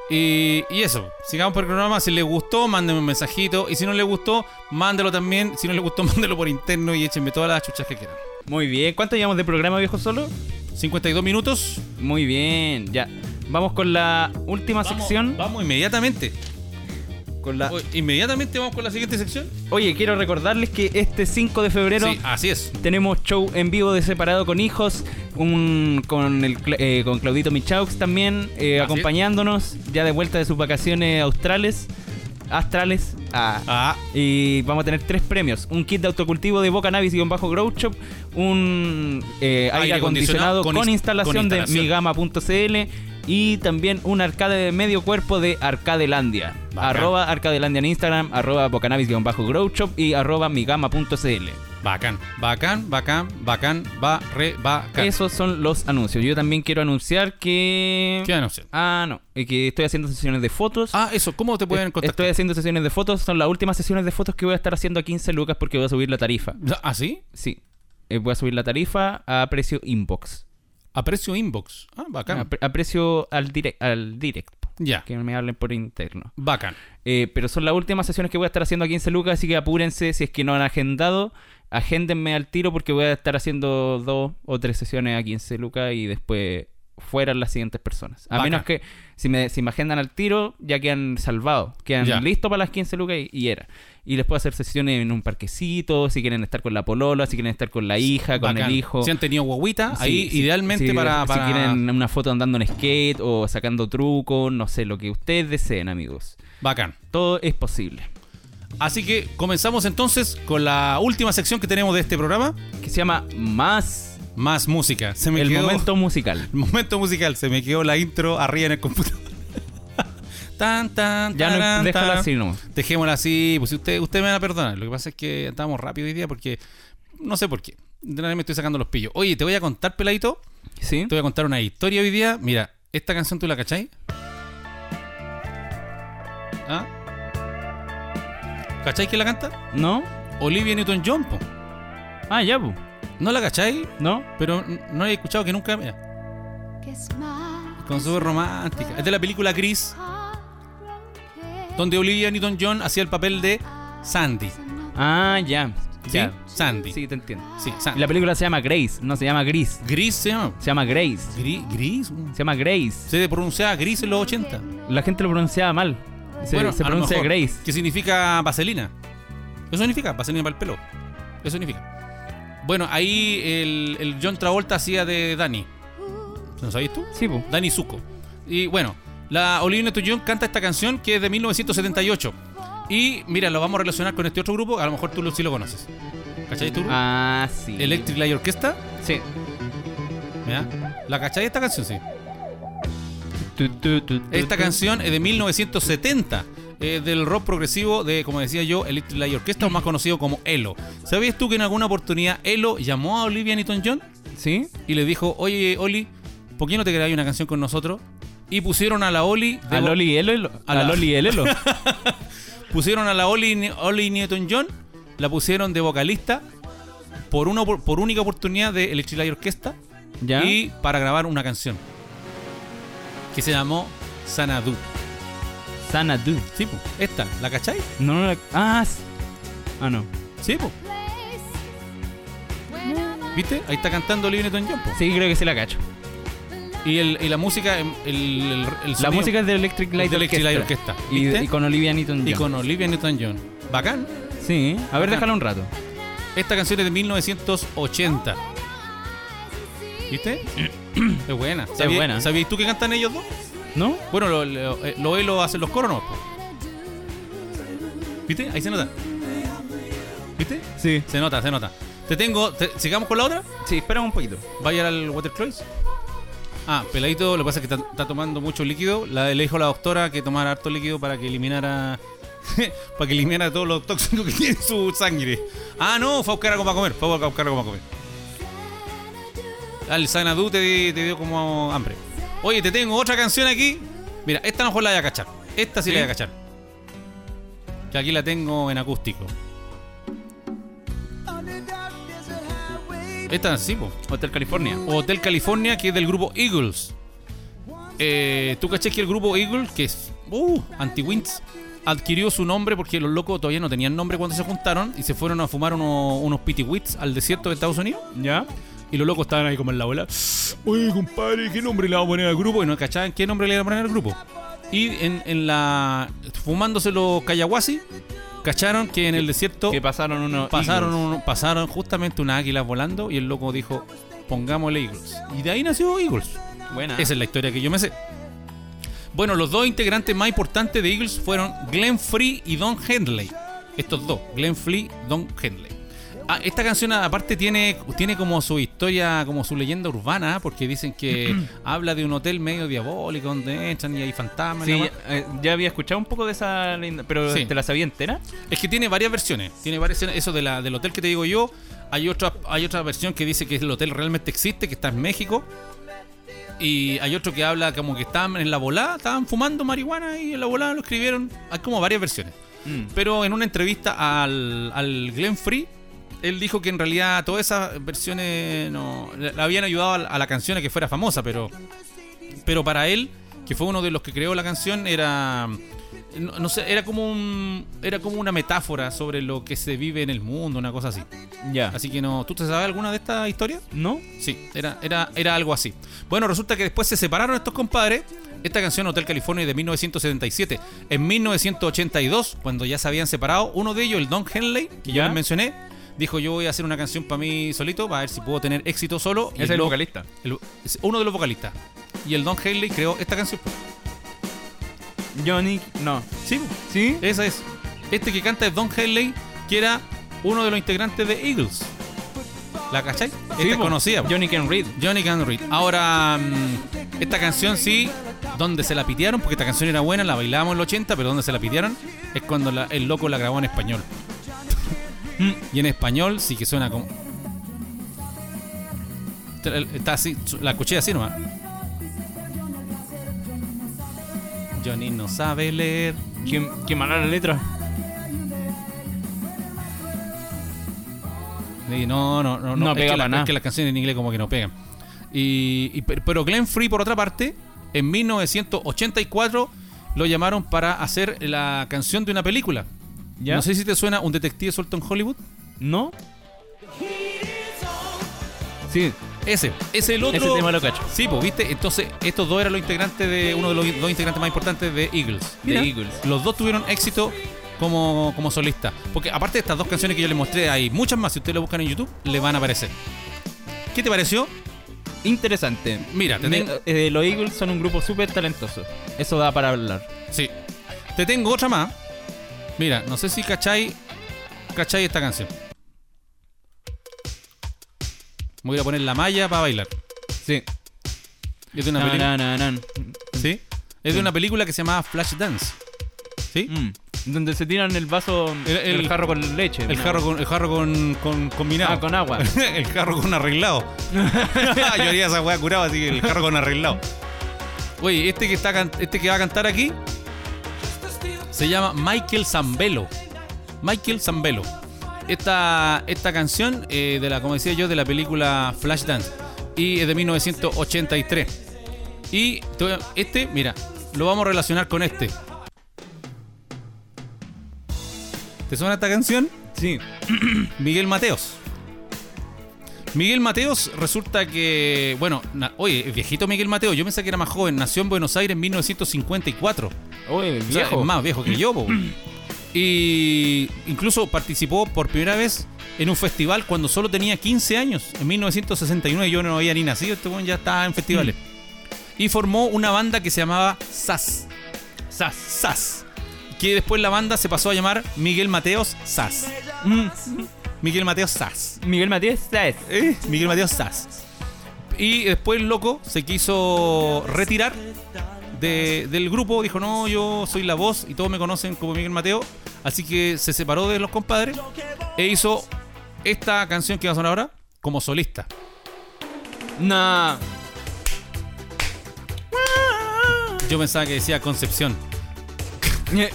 C: Y, y eso, sigamos por el programa. Si les gustó, mándenme un mensajito. Y si no les gustó, mándelo también. Si no les gustó, mándelo por interno y échenme todas las chuchas que quieran.
A: Muy bien. ¿Cuánto llevamos de programa, viejo solo?
C: 52 minutos.
A: Muy bien. Ya. Vamos con la última
C: Vamos,
A: sección.
C: vamos inmediatamente.
A: Con la...
C: Oye, Inmediatamente vamos con la siguiente sección.
A: Oye, quiero recordarles que este 5 de febrero
C: sí, ah. así es.
A: tenemos show en vivo de Separado con Hijos, un, con, el, Cla- eh, con Claudito Michaux también, eh,
C: Así
A: acompañándonos ya de vuelta de sus vacaciones australes, astrales. Ah.
C: Ah,
A: Y vamos a tener tres premios: un kit de autocultivo de Boca Navis y un bajo Grow Shop, un eh, aire,
C: Aire acondicionado
A: acondicionado
C: con
A: con,
C: ins-
A: instalación
C: con
A: de
C: instalación.
A: migama.cl y también un arcade de medio cuerpo de Arcadelandia.
C: Bacán.
A: Arroba Arcadelandia en Instagram, arroba Bocanavis-Grow Shop y arroba migama.cl.
C: bacán, bacán, bacán, bacán, va, re, bacán.
A: Esos son los anuncios. Yo también quiero anunciar que.
C: ¿Qué anuncio?
A: Ah, no. eh, Que estoy haciendo sesiones de fotos.
C: Ah, eso, ¿cómo te pueden
A: Est-
C: contactar?
A: Estoy haciendo sesiones de fotos. Son las últimas sesiones de fotos que voy a estar haciendo a 15 lucas porque voy a subir la tarifa.
C: ¿Ah, sí?
A: Sí. Eh, voy a subir la tarifa a precio inbox.
C: A precio inbox. Ah, bacán.
A: A, pre- a precio al, direct, al direct.
C: ya.
A: Que me hablen por interno.
C: Bacán.
A: Eh, pero son las últimas sesiones que voy a estar haciendo aquí en lucas, así que apúrense si es que no han agendado. Agéndenme al tiro porque voy a estar haciendo dos o tres sesiones a 15 lucas y después fueran las siguientes personas. A
C: Bacán.
A: menos que si me, si me agendan al tiro, ya quedan salvados, quedan
C: Ya.
A: listos para las 15 lucas y, y era. Y les puedo hacer sesiones en un parquecito, si quieren estar con la polola, si quieren estar con la hija, con
C: Bacán.
A: el hijo.
C: Si han tenido guaguita,
A: Sí,
C: Ah, ahí
A: sí,
C: idealmente
A: sí,
C: para, para-
A: Si quieren una foto andando en skate o sacando trucos, no sé, lo que ustedes deseen, amigos.
C: Bacán.
A: Todo es posible.
C: Así que comenzamos entonces con la última sección que tenemos de este programa,
A: Que se llama Más
C: más música. Se me
A: el
C: quedó-
A: momento musical.
C: el momento musical, se me quedó la intro arriba en el computador. tan tan
A: Ya no,
C: tarán,
A: déjala
C: tarán.
A: así nomás.
C: Dejémosla así, pues si usted, usted me van a perdonar. Lo que pasa es que estábamos rápido hoy día porque no sé por qué. De nada me estoy sacando los pillos. Oye, te voy a contar, peladito.
A: ¿Sí?
C: Te voy a contar una historia hoy día. Mira, esta canción tú la cachai. ¿Ah? ¿Cachai quién la canta?
A: ¿No?
C: Olivia Newton-John. po.
A: Ah, ya, pu.
C: No la cachai,
A: ¿No?
C: pero n- no he escuchado que nunca. Mira, con su voz romántica. Es de la película Gris, donde Olivia Newton-John hacía el papel de Sandy.
A: Ah, ya.
C: ¿Sí?
A: Ya.
C: Sandy.
A: Sí, te entiendo.
C: Sí, Sandy.
A: La película se llama Grace, no se llama Gris.
C: Gris se llama.
A: Se llama Grace.
C: Gris. gris. mm.
A: Se llama Grace.
C: Se pronunciaba gris en los 80.
A: La gente lo pronunciaba mal. Se,
C: Bueno,
A: se
C: a lo
A: pronuncia
C: mejor,
A: Grace.
C: Que significa vaselina. Eso significa, vaselina para el pelo. Eso significa. Bueno, ahí el, el John Travolta hacía de Danny. ¿No sabías tú?
A: Sí, pu.
C: Danny Zuko. Y bueno, la Olivia Newton-John canta esta canción que es de 1978. Y mira, lo vamos a relacionar con este otro grupo. A lo mejor tú lo- sí lo conoces. ¿Cachai tú?
A: Ah, sí.
C: Electric Light Orchestra.
A: Sí.
C: Mira, ¿La cachai esta canción? Sí.
A: Tu, tu, tu, tu,
C: Esta
A: tu.
C: canción es de 1970, eh, del rock progresivo de, como decía yo, Electric Light Orchestra, o más conocido como Elo. ¿Sabías tú que en alguna oportunidad Elo llamó a Olivia Newton-John
A: ¿Sí?
C: y le dijo, oye, Oli, ¿por qué no te grabáis una canción con nosotros? Y pusieron a la Oli... de-
A: A Loli Elelo.
C: A
A: A,
C: la-
A: Loli Elelo.
C: Pusieron a la Oli, Oli Newton-John, la pusieron de vocalista por una opor- por única oportunidad de Electric Light Orchestra
A: ¿Ya?
C: y para grabar una canción que se llamó Sanadu.
A: Sanadu.
C: Sí, po, esta, ¿la cachai?
A: No, no la... Ah, s- ah no.
C: Sí, po. ¿Viste? Ahí está cantando Olivia Newton-John. po.
A: Sí, creo que sí la cacho.
C: Y, el, y la música, el, el- el
A: La
C: sonido
A: música es de Electric
C: es
A: Light
C: de Electric Light
A: Orchestra.
C: Orchestra.
A: Y,
C: ¿Viste?
A: y con Olivia Newton-John.
C: Y con Olivia Newton-John. Bacán.
A: Sí. A ver, déjala un rato.
C: Esta canción es de 1980. ¿Viste? es buena. ¿Sabías-
A: buena.
C: ¿Sabías tú que cantan ellos dos?
A: ¿No?
C: Bueno, lo, lo, eh, lo Elo hacen los coros, ¿no? ¿Viste? Ahí se nota. ¿Viste?
A: Sí.
C: Se nota, se nota. Te tengo. te- ¿Sigamos con la otra?
A: Sí, espera un poquito.
C: Vaya al Water Cloise. Ah, peladito, lo que pasa es que está, está tomando mucho líquido. La, le dijo la doctora que tomara harto líquido para que eliminara. para que eliminara todos los tóxicos que tiene en su sangre. Ah, no, fue a buscar algo para comer. Fue a buscar algo para comer. Al Sanadu te, di- te dio como hambre. Oye, te tengo otra canción aquí. Mira, esta a lo mejor la voy a cachar. Esta sí, la voy a cachar. Que aquí la tengo en acústico. Esta sí, po.
A: Hotel California.
C: Hotel California, que es del grupo Eagles. Eh, ¿Tú caché que el grupo Eagles, que es uh, anti-Wins, adquirió su nombre porque los locos todavía no tenían nombre cuando se juntaron y se fueron a fumar uno- unos pitiwits al desierto de Estados Unidos?
A: ¿Ya?
C: Y los locos estaban ahí como en la bola. Oye, compadre, ¿qué nombre le vamos a poner al grupo? Y no cachaban qué nombre le iban a poner al grupo. Y en, en la. fumándose los callahuasi, cacharon que en el desierto
A: Que pasaron unos.
C: Oh. pasaron,
A: Eagles.
C: un- pasaron justamente una águila volando y el loco dijo, pongámosle Eagles. Y de ahí nació Eagles.
A: Buena.
C: Esa es la historia que yo me sé. Bueno, los dos integrantes más importantes de Eagles fueron Glenn Free y Don Henley. Estos dos, Glenn Free, Don Henley. Ah, esta canción aparte tiene, tiene como su historia, como su leyenda urbana, porque dicen que habla de un hotel medio diabólico donde entran y hay fantasmas. y la
A: Sí,
C: wea.
A: eh, ya había escuchado un poco de esa linda, pero
C: Sí.
A: ¿te la sabía entera?
C: Es que tiene varias versiones. Tiene varias versiones. Eso de la, del hotel que te digo yo. Hay otra, hay otra versión que dice que el hotel realmente existe, que está en México. Y hay otro que habla como que estaban en la volada, estaban fumando marihuana y en la volada lo escribieron. Hay como varias versiones. Pero en una entrevista al, al Glenn Free, él dijo que en realidad todas esas versiones no, le le habían ayudado a la, a la canción a que fuera famosa, pero, pero para él que fue uno de los que creó la canción, era. No, no sé, era como un. Era como una metáfora sobre lo que se vive en el mundo, una cosa así.
A: Ya.
C: Así que no. ¿Tú te sabes alguna de estas historias?
A: ¿No?
C: Sí, era, era, era algo así. Bueno, resulta que después se separaron estos compadres. Esta canción Hotel California es de 1977. En 1982, cuando ya se habían separado, uno de ellos, el Don Henley, que
A: ¿Ya?
C: ya les mencioné, dijo yo voy a hacer una canción para mí solito, para ver si puedo tener éxito solo. Y
A: Ese es el
C: Don-
A: vocalista.
C: el- es uno de los vocalistas. Y el Don Henley creó esta canción.
A: Johnny. No.
C: Sí,
A: ¿Sí?
C: esa es. Este que canta es Don Henley, que era uno de los integrantes de Eagles. ¿La cachai? Esta es
A: po.
C: conocida. po.
A: Johnny Can Read.
C: Johnny Can Read. Ahora, mm, esta canción sí, donde se la pitearon, porque esta canción era buena, la bailábamos en el 80, pero donde se la pitearon es cuando la- el loco la grabó en español. y en español sí que suena como. Está así, su- la escuché así nomás. Johnny no sabe leer.
A: ¿Quién, quién mandó la letra?
C: Y no, no, no, no.
A: No
C: es
A: pega
C: que la-
A: para nada.
C: es que las canciones en inglés como que no pegan. Y, y per- pero Glenn Free, por otra parte, en 1984 lo llamaron para hacer la canción de una película.
A: ¿Ya?
C: No sé si te suena un detective suelto en Hollywood.
A: ¿No? Sí.
C: Ese, ese el otro.
A: Ese tema lo cacho.
C: Sí, pues viste, entonces estos dos eran los integrantes de uno de los dos integrantes más importantes de Eagles.
A: De
C: Mira,
A: Eagles.
C: Los dos tuvieron éxito como, como solistas. Porque aparte de estas dos canciones que yo les mostré, hay muchas más. Si ustedes lo buscan en YouTube, le van a aparecer. ¿Qué te pareció?
A: Interesante.
C: Mira, te
A: Me-
C: tengo-
A: eh, los Eagles son un grupo súper talentoso. Eso da para hablar.
C: Sí. Te tengo otra más. Mira, no sé si cachai. Cachai esta canción. Voy a ir a poner la malla para bailar.
A: Sí.
C: Es de una
A: Na,
C: película.
A: na, na, na.
C: ¿Sí? Es de una película que se llamaba Flashdance. ¿Sí?
A: Mm. Donde se tiran el vaso,
C: El-
A: el,
C: el-
A: jarro con leche.
C: El
A: ¿no?
C: jarro con, el jarro con, con combinado.
A: Ah, con agua.
C: el jarro con arreglado. Yo haría esa weá curada, así que el jarro con arreglado. Oye, este que, está, can- este que va a cantar aquí se llama Michael Zambello. Michael Zambello. Esta, esta canción, eh, de la, como decía yo, de la película Flashdance. Y es de 1983. Y te voy a- este, mira, lo vamos a relacionar con este. ¿Te suena esta canción?
A: Sí.
C: Miguel Mateos. Miguel Mateos resulta que, bueno, na- oye, es viejito Miguel Mateos, yo pensé que era más joven, nació en Buenos Aires en 1954.
A: Oye,
C: O sea,
A: viejo.
C: es más viejo que yo, po. Y incluso participó por primera vez en un festival cuando solo tenía 15 años. En 1969 yo no había ni nacido, este weón ya estaba en festivales.
A: Mm.
C: Y formó una banda que se llamaba SAS. SAS. SAS. Que después la banda se pasó a llamar Miguel Mateos SAS.
A: Mm.
C: Miguel Mateos SAS.
A: Miguel Matías Sáez.
C: ¿Eh? Miguel Mateos Sass. Y después el loco se quiso retirar de- del grupo. Dijo, no, yo soy la voz y todos me conocen como Miguel Mateo. Así que se separó de los compadres e hizo esta canción que va a sonar ahora como solista.
A: Nah.
C: Yo pensaba que decía Concepción. Sí.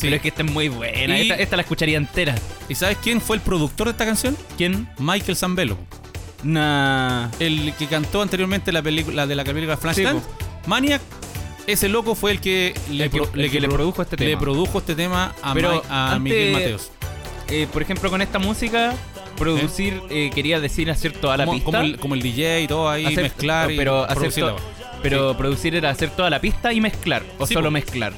A: Pero es que esta es muy buena.
C: Y-
A: Esta, esta la escucharía entera.
C: ¿Y sabes quién fue el productor de esta canción?
A: ¿Quién?
C: Michael Zambello.
A: Nah.
C: El que cantó anteriormente la película la de la película Flashdance,
A: Sí,
C: Maniac. Ese loco fue el que le,
A: El que-
C: pro-
A: el que le
C: pro-
A: produjo este
C: Le
A: tema.
C: produjo este tema a,
A: Pero
C: Mi- a
A: antes-
C: Miguel Mateos.
A: Eh, por ejemplo, con esta música, producir eh, quería decir hacer toda la
C: Como,
A: pista.
C: como el, como el DJ y todo ahí,
A: Hacer-
C: mezclar y
A: pero hacer
C: producir la
A: to-
C: voz.
A: pero producir era hacer toda la pista y mezclar. O
C: Sí,
A: solo
C: po.
A: mezclar.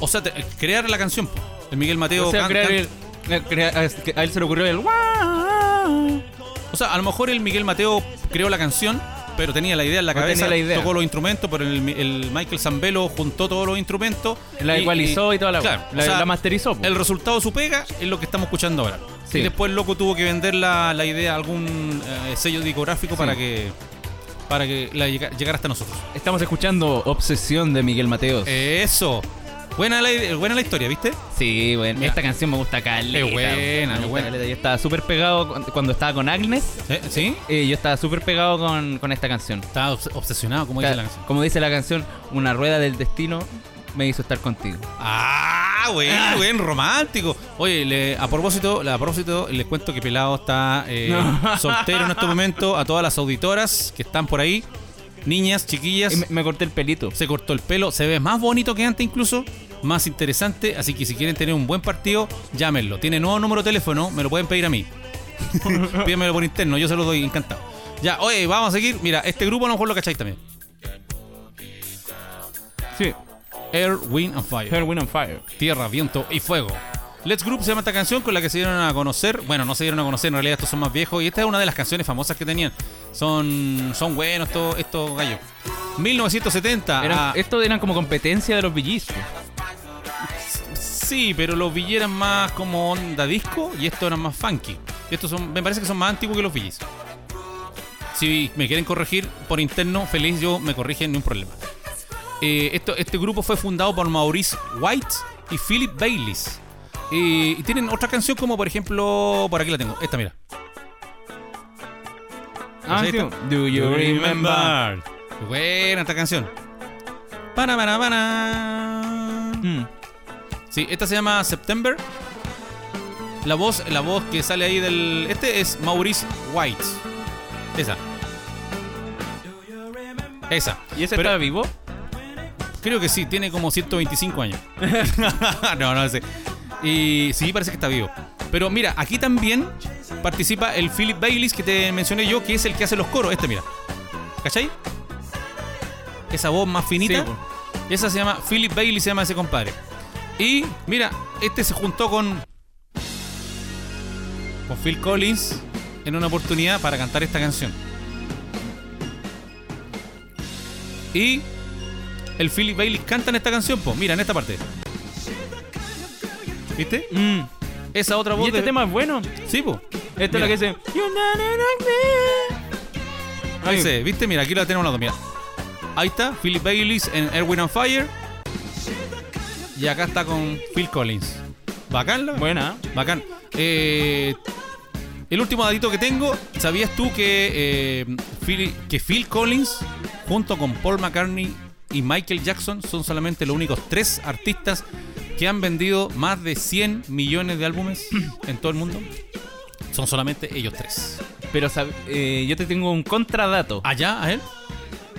C: O sea, te- crear la canción. po. El Miguel Mateo
A: o sea,
C: can-
A: crear
C: can-
A: el- eh, crea- es que a él se le ocurrió el guau.
C: o sea, a lo mejor el Miguel Mateo creó la canción, pero tenía la idea en la
A: No
C: cabeza,
A: tenía la idea.
C: tocó los instrumentos, pero el, el Michael Zambello juntó todos los instrumentos.
A: La igualizó y, toda la
C: claro,
A: la,
C: o sea,
A: la masterizó. po.
C: El resultado de su pega es lo que estamos escuchando ahora.
A: Sí.
C: Y después el loco tuvo que vender la, la idea a algún eh, sello discográfico para que para que la llega- llegara hasta nosotros.
A: Estamos escuchando Obsesión de Miguel Mateos.
C: Eso. Buena la, ide- buena la historia, ¿viste?
A: Sí, bueno,
C: Mira.
A: esta canción me gusta caleta.
C: Es buena,
A: me
C: es
A: gusta
C: buena.
A: caleta. Yo estaba súper pegado cu- cuando estaba con Agnes.
C: ¿Eh? ¿Sí?
A: eh, yo estaba súper pegado con, con esta canción.
C: Estaba obs- obsesionado, como dice la canción.
A: Como dice la canción, una rueda del destino me hizo estar contigo.
C: Ah, buen, buen romántico. Oye, le- a propósito, a propósito, les cuento que Pelado está eh, soltero en este momento. A todas las auditoras que están por ahí, niñas, chiquillas.
A: Y me, me corté el pelito.
C: Se cortó el pelo, se ve más bonito que antes incluso, más interesante, así que si quieren tener un buen partido, llámenlo. Tiene nuevo número de teléfono, me lo pueden pedir a mí. Pídemelo por interno, yo se lo doy encantado. Ya, oye, vamos a seguir. Mira, este grupo a lo mejor lo cacháis también.
A: Sí.
C: Air, Wind and Fire.
A: Hell, Wind and Fire.
C: Tierra, viento y fuego. Let's Group se llama esta canción con la que se dieron a conocer. Bueno, no se dieron a conocer, en realidad estos son más viejos. Y esta es una de las canciones famosas que tenían. Son, son buenos estos, estos gallos. 1970.
A: Eran-
C: a-
A: Esto eran como competencia de los Billys. po.
C: Sí, pero los Billy eran más como onda disco y estos eran más funky. Y estos son, me parece que son más antiguos que los Billys. Si me quieren corregir por interno, feliz, yo me corrigen, ni un problema. Eh, esto, este grupo fue fundado por Maurice White y Philip Bayliss. Eh, y tienen otra canción como, por ejemplo, por aquí la tengo. Esta, mira.
A: Ah,
C: Ahí
A: sí.
C: está.
A: Do you remember?
C: Buena esta canción. Para, para, para.
A: Mm.
C: Sí, esta se llama September. La voz, la voz que sale ahí del. Este es Maurice White. Esa. Esa.
A: ¿Y ese
C: Pero
A: estaba vivo?
C: creo que sí, tiene como 125 años. no, no sé. Y sí, parece que está vivo. Pero mira, aquí también participa el Philip Bayliss que te mencioné yo, que es el que hace los coros. Este, mira. ¿Cachai? Esa voz más finita.
A: Sí, po.
C: Esa se llama Philip Bailey, se llama ese compadre. Y mira, este se juntó con con Phil Collins en una oportunidad para cantar esta canción. Y el Philip Bailey canta en esta canción, pues mira, en esta parte. ¿Viste?
A: Mm.
C: Esa otra voz
A: ¿Y este
C: de-
A: tema es bueno?
C: Sí, pues.
A: Esto
C: Mira.
A: es lo que dice. "You're not like me".
C: Ahí se, ¿viste? Mira, aquí la tenemos la dos, mira. Ahí está, Philip Bayliss en Erwin on Fire. Y acá está con Phil Collins. Bacán, la-
A: Buena.
C: Bacán. Eh, el último datito que tengo, ¿sabías tú que, eh, Phil, que Phil Collins, junto con Paul McCartney y Michael Jackson, son solamente los únicos tres artistas que han vendido más de 100 millones de álbumes en todo el mundo? Son solamente ellos tres.
A: Pero sab- eh, yo te tengo un contradato.
C: Allá, a él.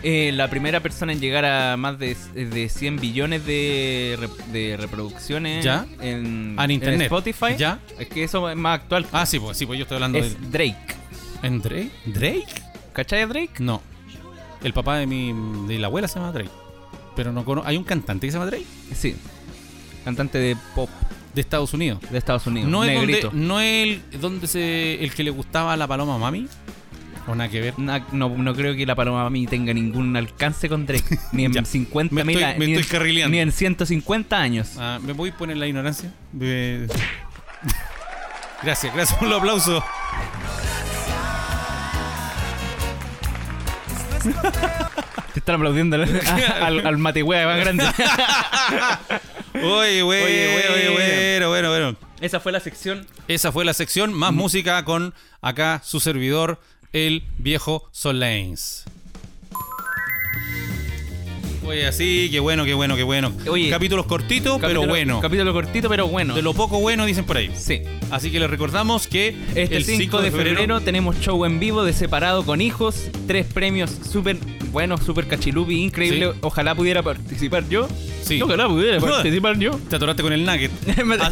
A: Eh, la primera persona en llegar a más de, eh, de 100 billones de, rep- de reproducciones
C: Ya.
A: En,
C: Al
A: Ah, en
C: internet.
A: Spotify.
C: Ya.
A: Es que eso es más actual.
C: Ah, sí, pues, sí, pues yo estoy hablando de...
A: es Drake.
C: ¿En Drake? ¿Drake?
A: ¿Cachai a Drake?
C: No. El papá de mi de la abuela se llama Drake. Pero no conozco. Hay un cantante que se llama Drake
A: Sí. Cantante de pop
C: de Estados Unidos.
A: de Estados Unidos.
C: No es
A: Negrito.
C: donde, no es el donde se el que le gustaba la paloma mami. O nada que ver.
A: Na- No, no creo que la paloma mami tenga ningún alcance con Drake. Ni en
C: Ya.
A: 50
C: Me
A: mil
C: estoy-
A: a-
C: me
A: ni, en-
C: estoy carrileando.
A: ni en 150 años.
C: Ah, me voy a poner la ignorancia. De- gracias, gracias por los aplausos.
A: Te están aplaudiendo al, a- al, al matehue más grande.
C: Oye, güey,
A: Oye,
C: oye,
A: güey.
C: bueno, bueno, bueno.
A: Esa fue la sección.
C: Esa fue la sección
A: Mm.
C: más música con acá su servidor, el viejo Solanes. Oye, así, qué bueno, qué bueno, qué bueno.
A: Oye.
C: Capítulos cortitos, pero bueno.
A: Capítulo cortito, pero bueno.
C: De lo poco bueno dicen por ahí.
A: Sí.
C: Así que les recordamos que
A: Este
C: el
A: 5, de febrero, tenemos show en vivo de Separado con Hijos. Tres premios súper buenos, súper cachilupi, increíble.
C: Sí.
A: Ojalá pudiera participar yo.
C: Sí.
A: Ojalá pudiera
C: Bueno.
A: participar yo.
C: Te atoraste con el nugget. Ah,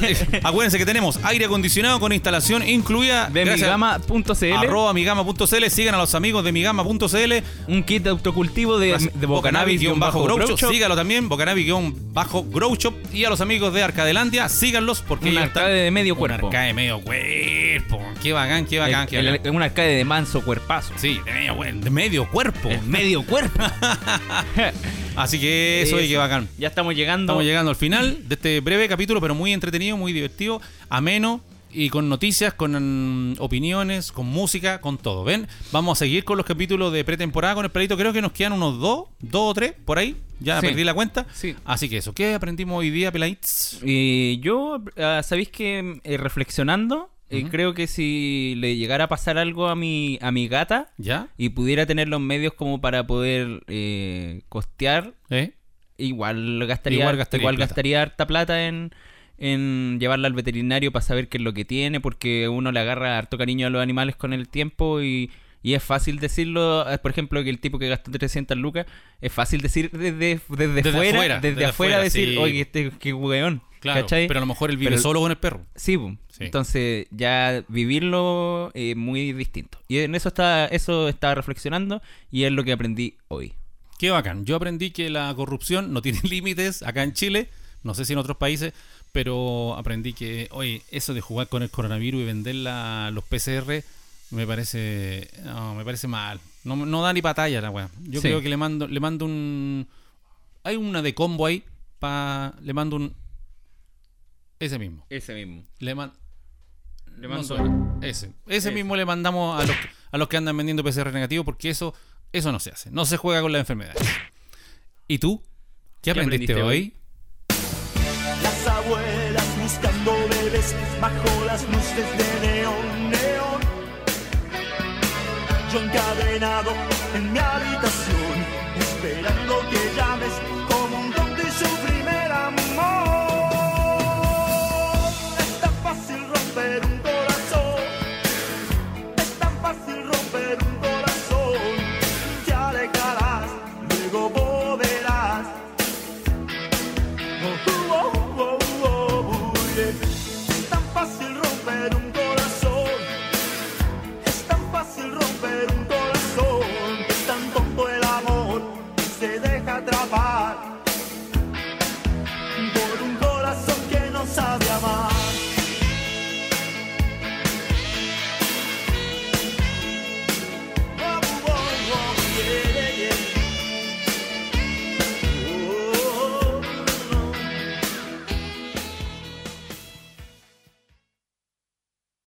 C: Acuérdense que tenemos aire acondicionado con instalación incluida.
A: De
C: Gracias.
A: migama.cl.
C: Arroba migama.cl. Sigan a los amigos de migama.cl.
A: Un kit de autocultivo de, de
C: Bocanabis-Grow Shop.
A: Bocanabis-Groucho.
C: Sígalo también, Bocanabis-Grow Shop. Y a los amigos de Arcadelandia, síganlos porque
A: Un
C: ellos
A: arcade
C: están-
A: de medio
C: un
A: cuerpo.
C: arcade de medio cuerpo. Qué bacán, qué bacán, qué
A: El-
C: bacán.
A: el- un arcade de manso cuerpazo.
C: Sí, de medio, cuen- de medio cuerpo.
A: El medio cuerpo.
C: Así que eso, y qué bacán.
A: Ya estamos llegando.
C: Estamos llegando al final de este breve capítulo, pero muy entretenido, muy divertido, ameno y con noticias, con mm, opiniones, con música, con todo. ¿Ven? Vamos a seguir con los capítulos de pretemporada con el perrito. Creo que nos quedan unos dos, dos o tres por ahí. Ya
A: Sí.
C: perdí la cuenta.
A: Sí.
C: Así que eso. ¿Qué aprendimos hoy día, Pelaites?
A: Eh, yo, ah, ¿sabéis que eh, reflexionando? eh, Creo que si le llegara a pasar algo a mi, a mi gata
C: ¿Ya?
A: y pudiera tener los medios como para poder eh, costear,
C: ¿Eh?
A: igual gastaría,
C: Igual gastaría
A: igual
C: plata.
A: gastaría harta plata en, en llevarla al veterinario para saber qué es lo que tiene, porque uno le agarra harto cariño a los animales con el tiempo y, Y es fácil decirlo, eh, por ejemplo, que el tipo que gastó 300 lucas, es fácil decir desde, desde,
C: Desde
A: fuera,
C: afuera,
A: desde,
C: desde
A: afuera,
C: afuera,
A: decir,
C: sí.
A: oye, este, qué weón.
C: Claro,
A: ¿cachai?
C: pero a lo mejor él vive
A: Pero-
C: solo con el perro.
A: Sí, boom.
C: Sí.
A: entonces ya vivirlo es muy distinto. Y en eso está, eso estaba reflexionando y es lo que aprendí hoy.
C: Qué bacán. Yo aprendí que la corrupción no tiene límites acá en Chile, no sé si en otros países, pero aprendí que, oye, eso de jugar con el coronavirus y vender la- los PCR me parece no, me parece mal. No, no da ni batalla la weá. Yo
A: Sí.
C: creo que le mando le mando un hay una de combo ahí pa le mando un ese mismo.
A: Ese mismo.
C: Le mando
A: Le
C: no suena. ese. Ese mismo le mandamos a los, a los que andan vendiendo PCR negativo porque eso, eso no se hace. No se juega con las enfermedades. ¿Y tú? ¿Qué, aprendiste,
A: aprendiste
C: hoy?
B: Las abuelas buscando bebés bajo las luces de neón, neón. Yo encadenado en mi habitación, esperando que llames con Oh,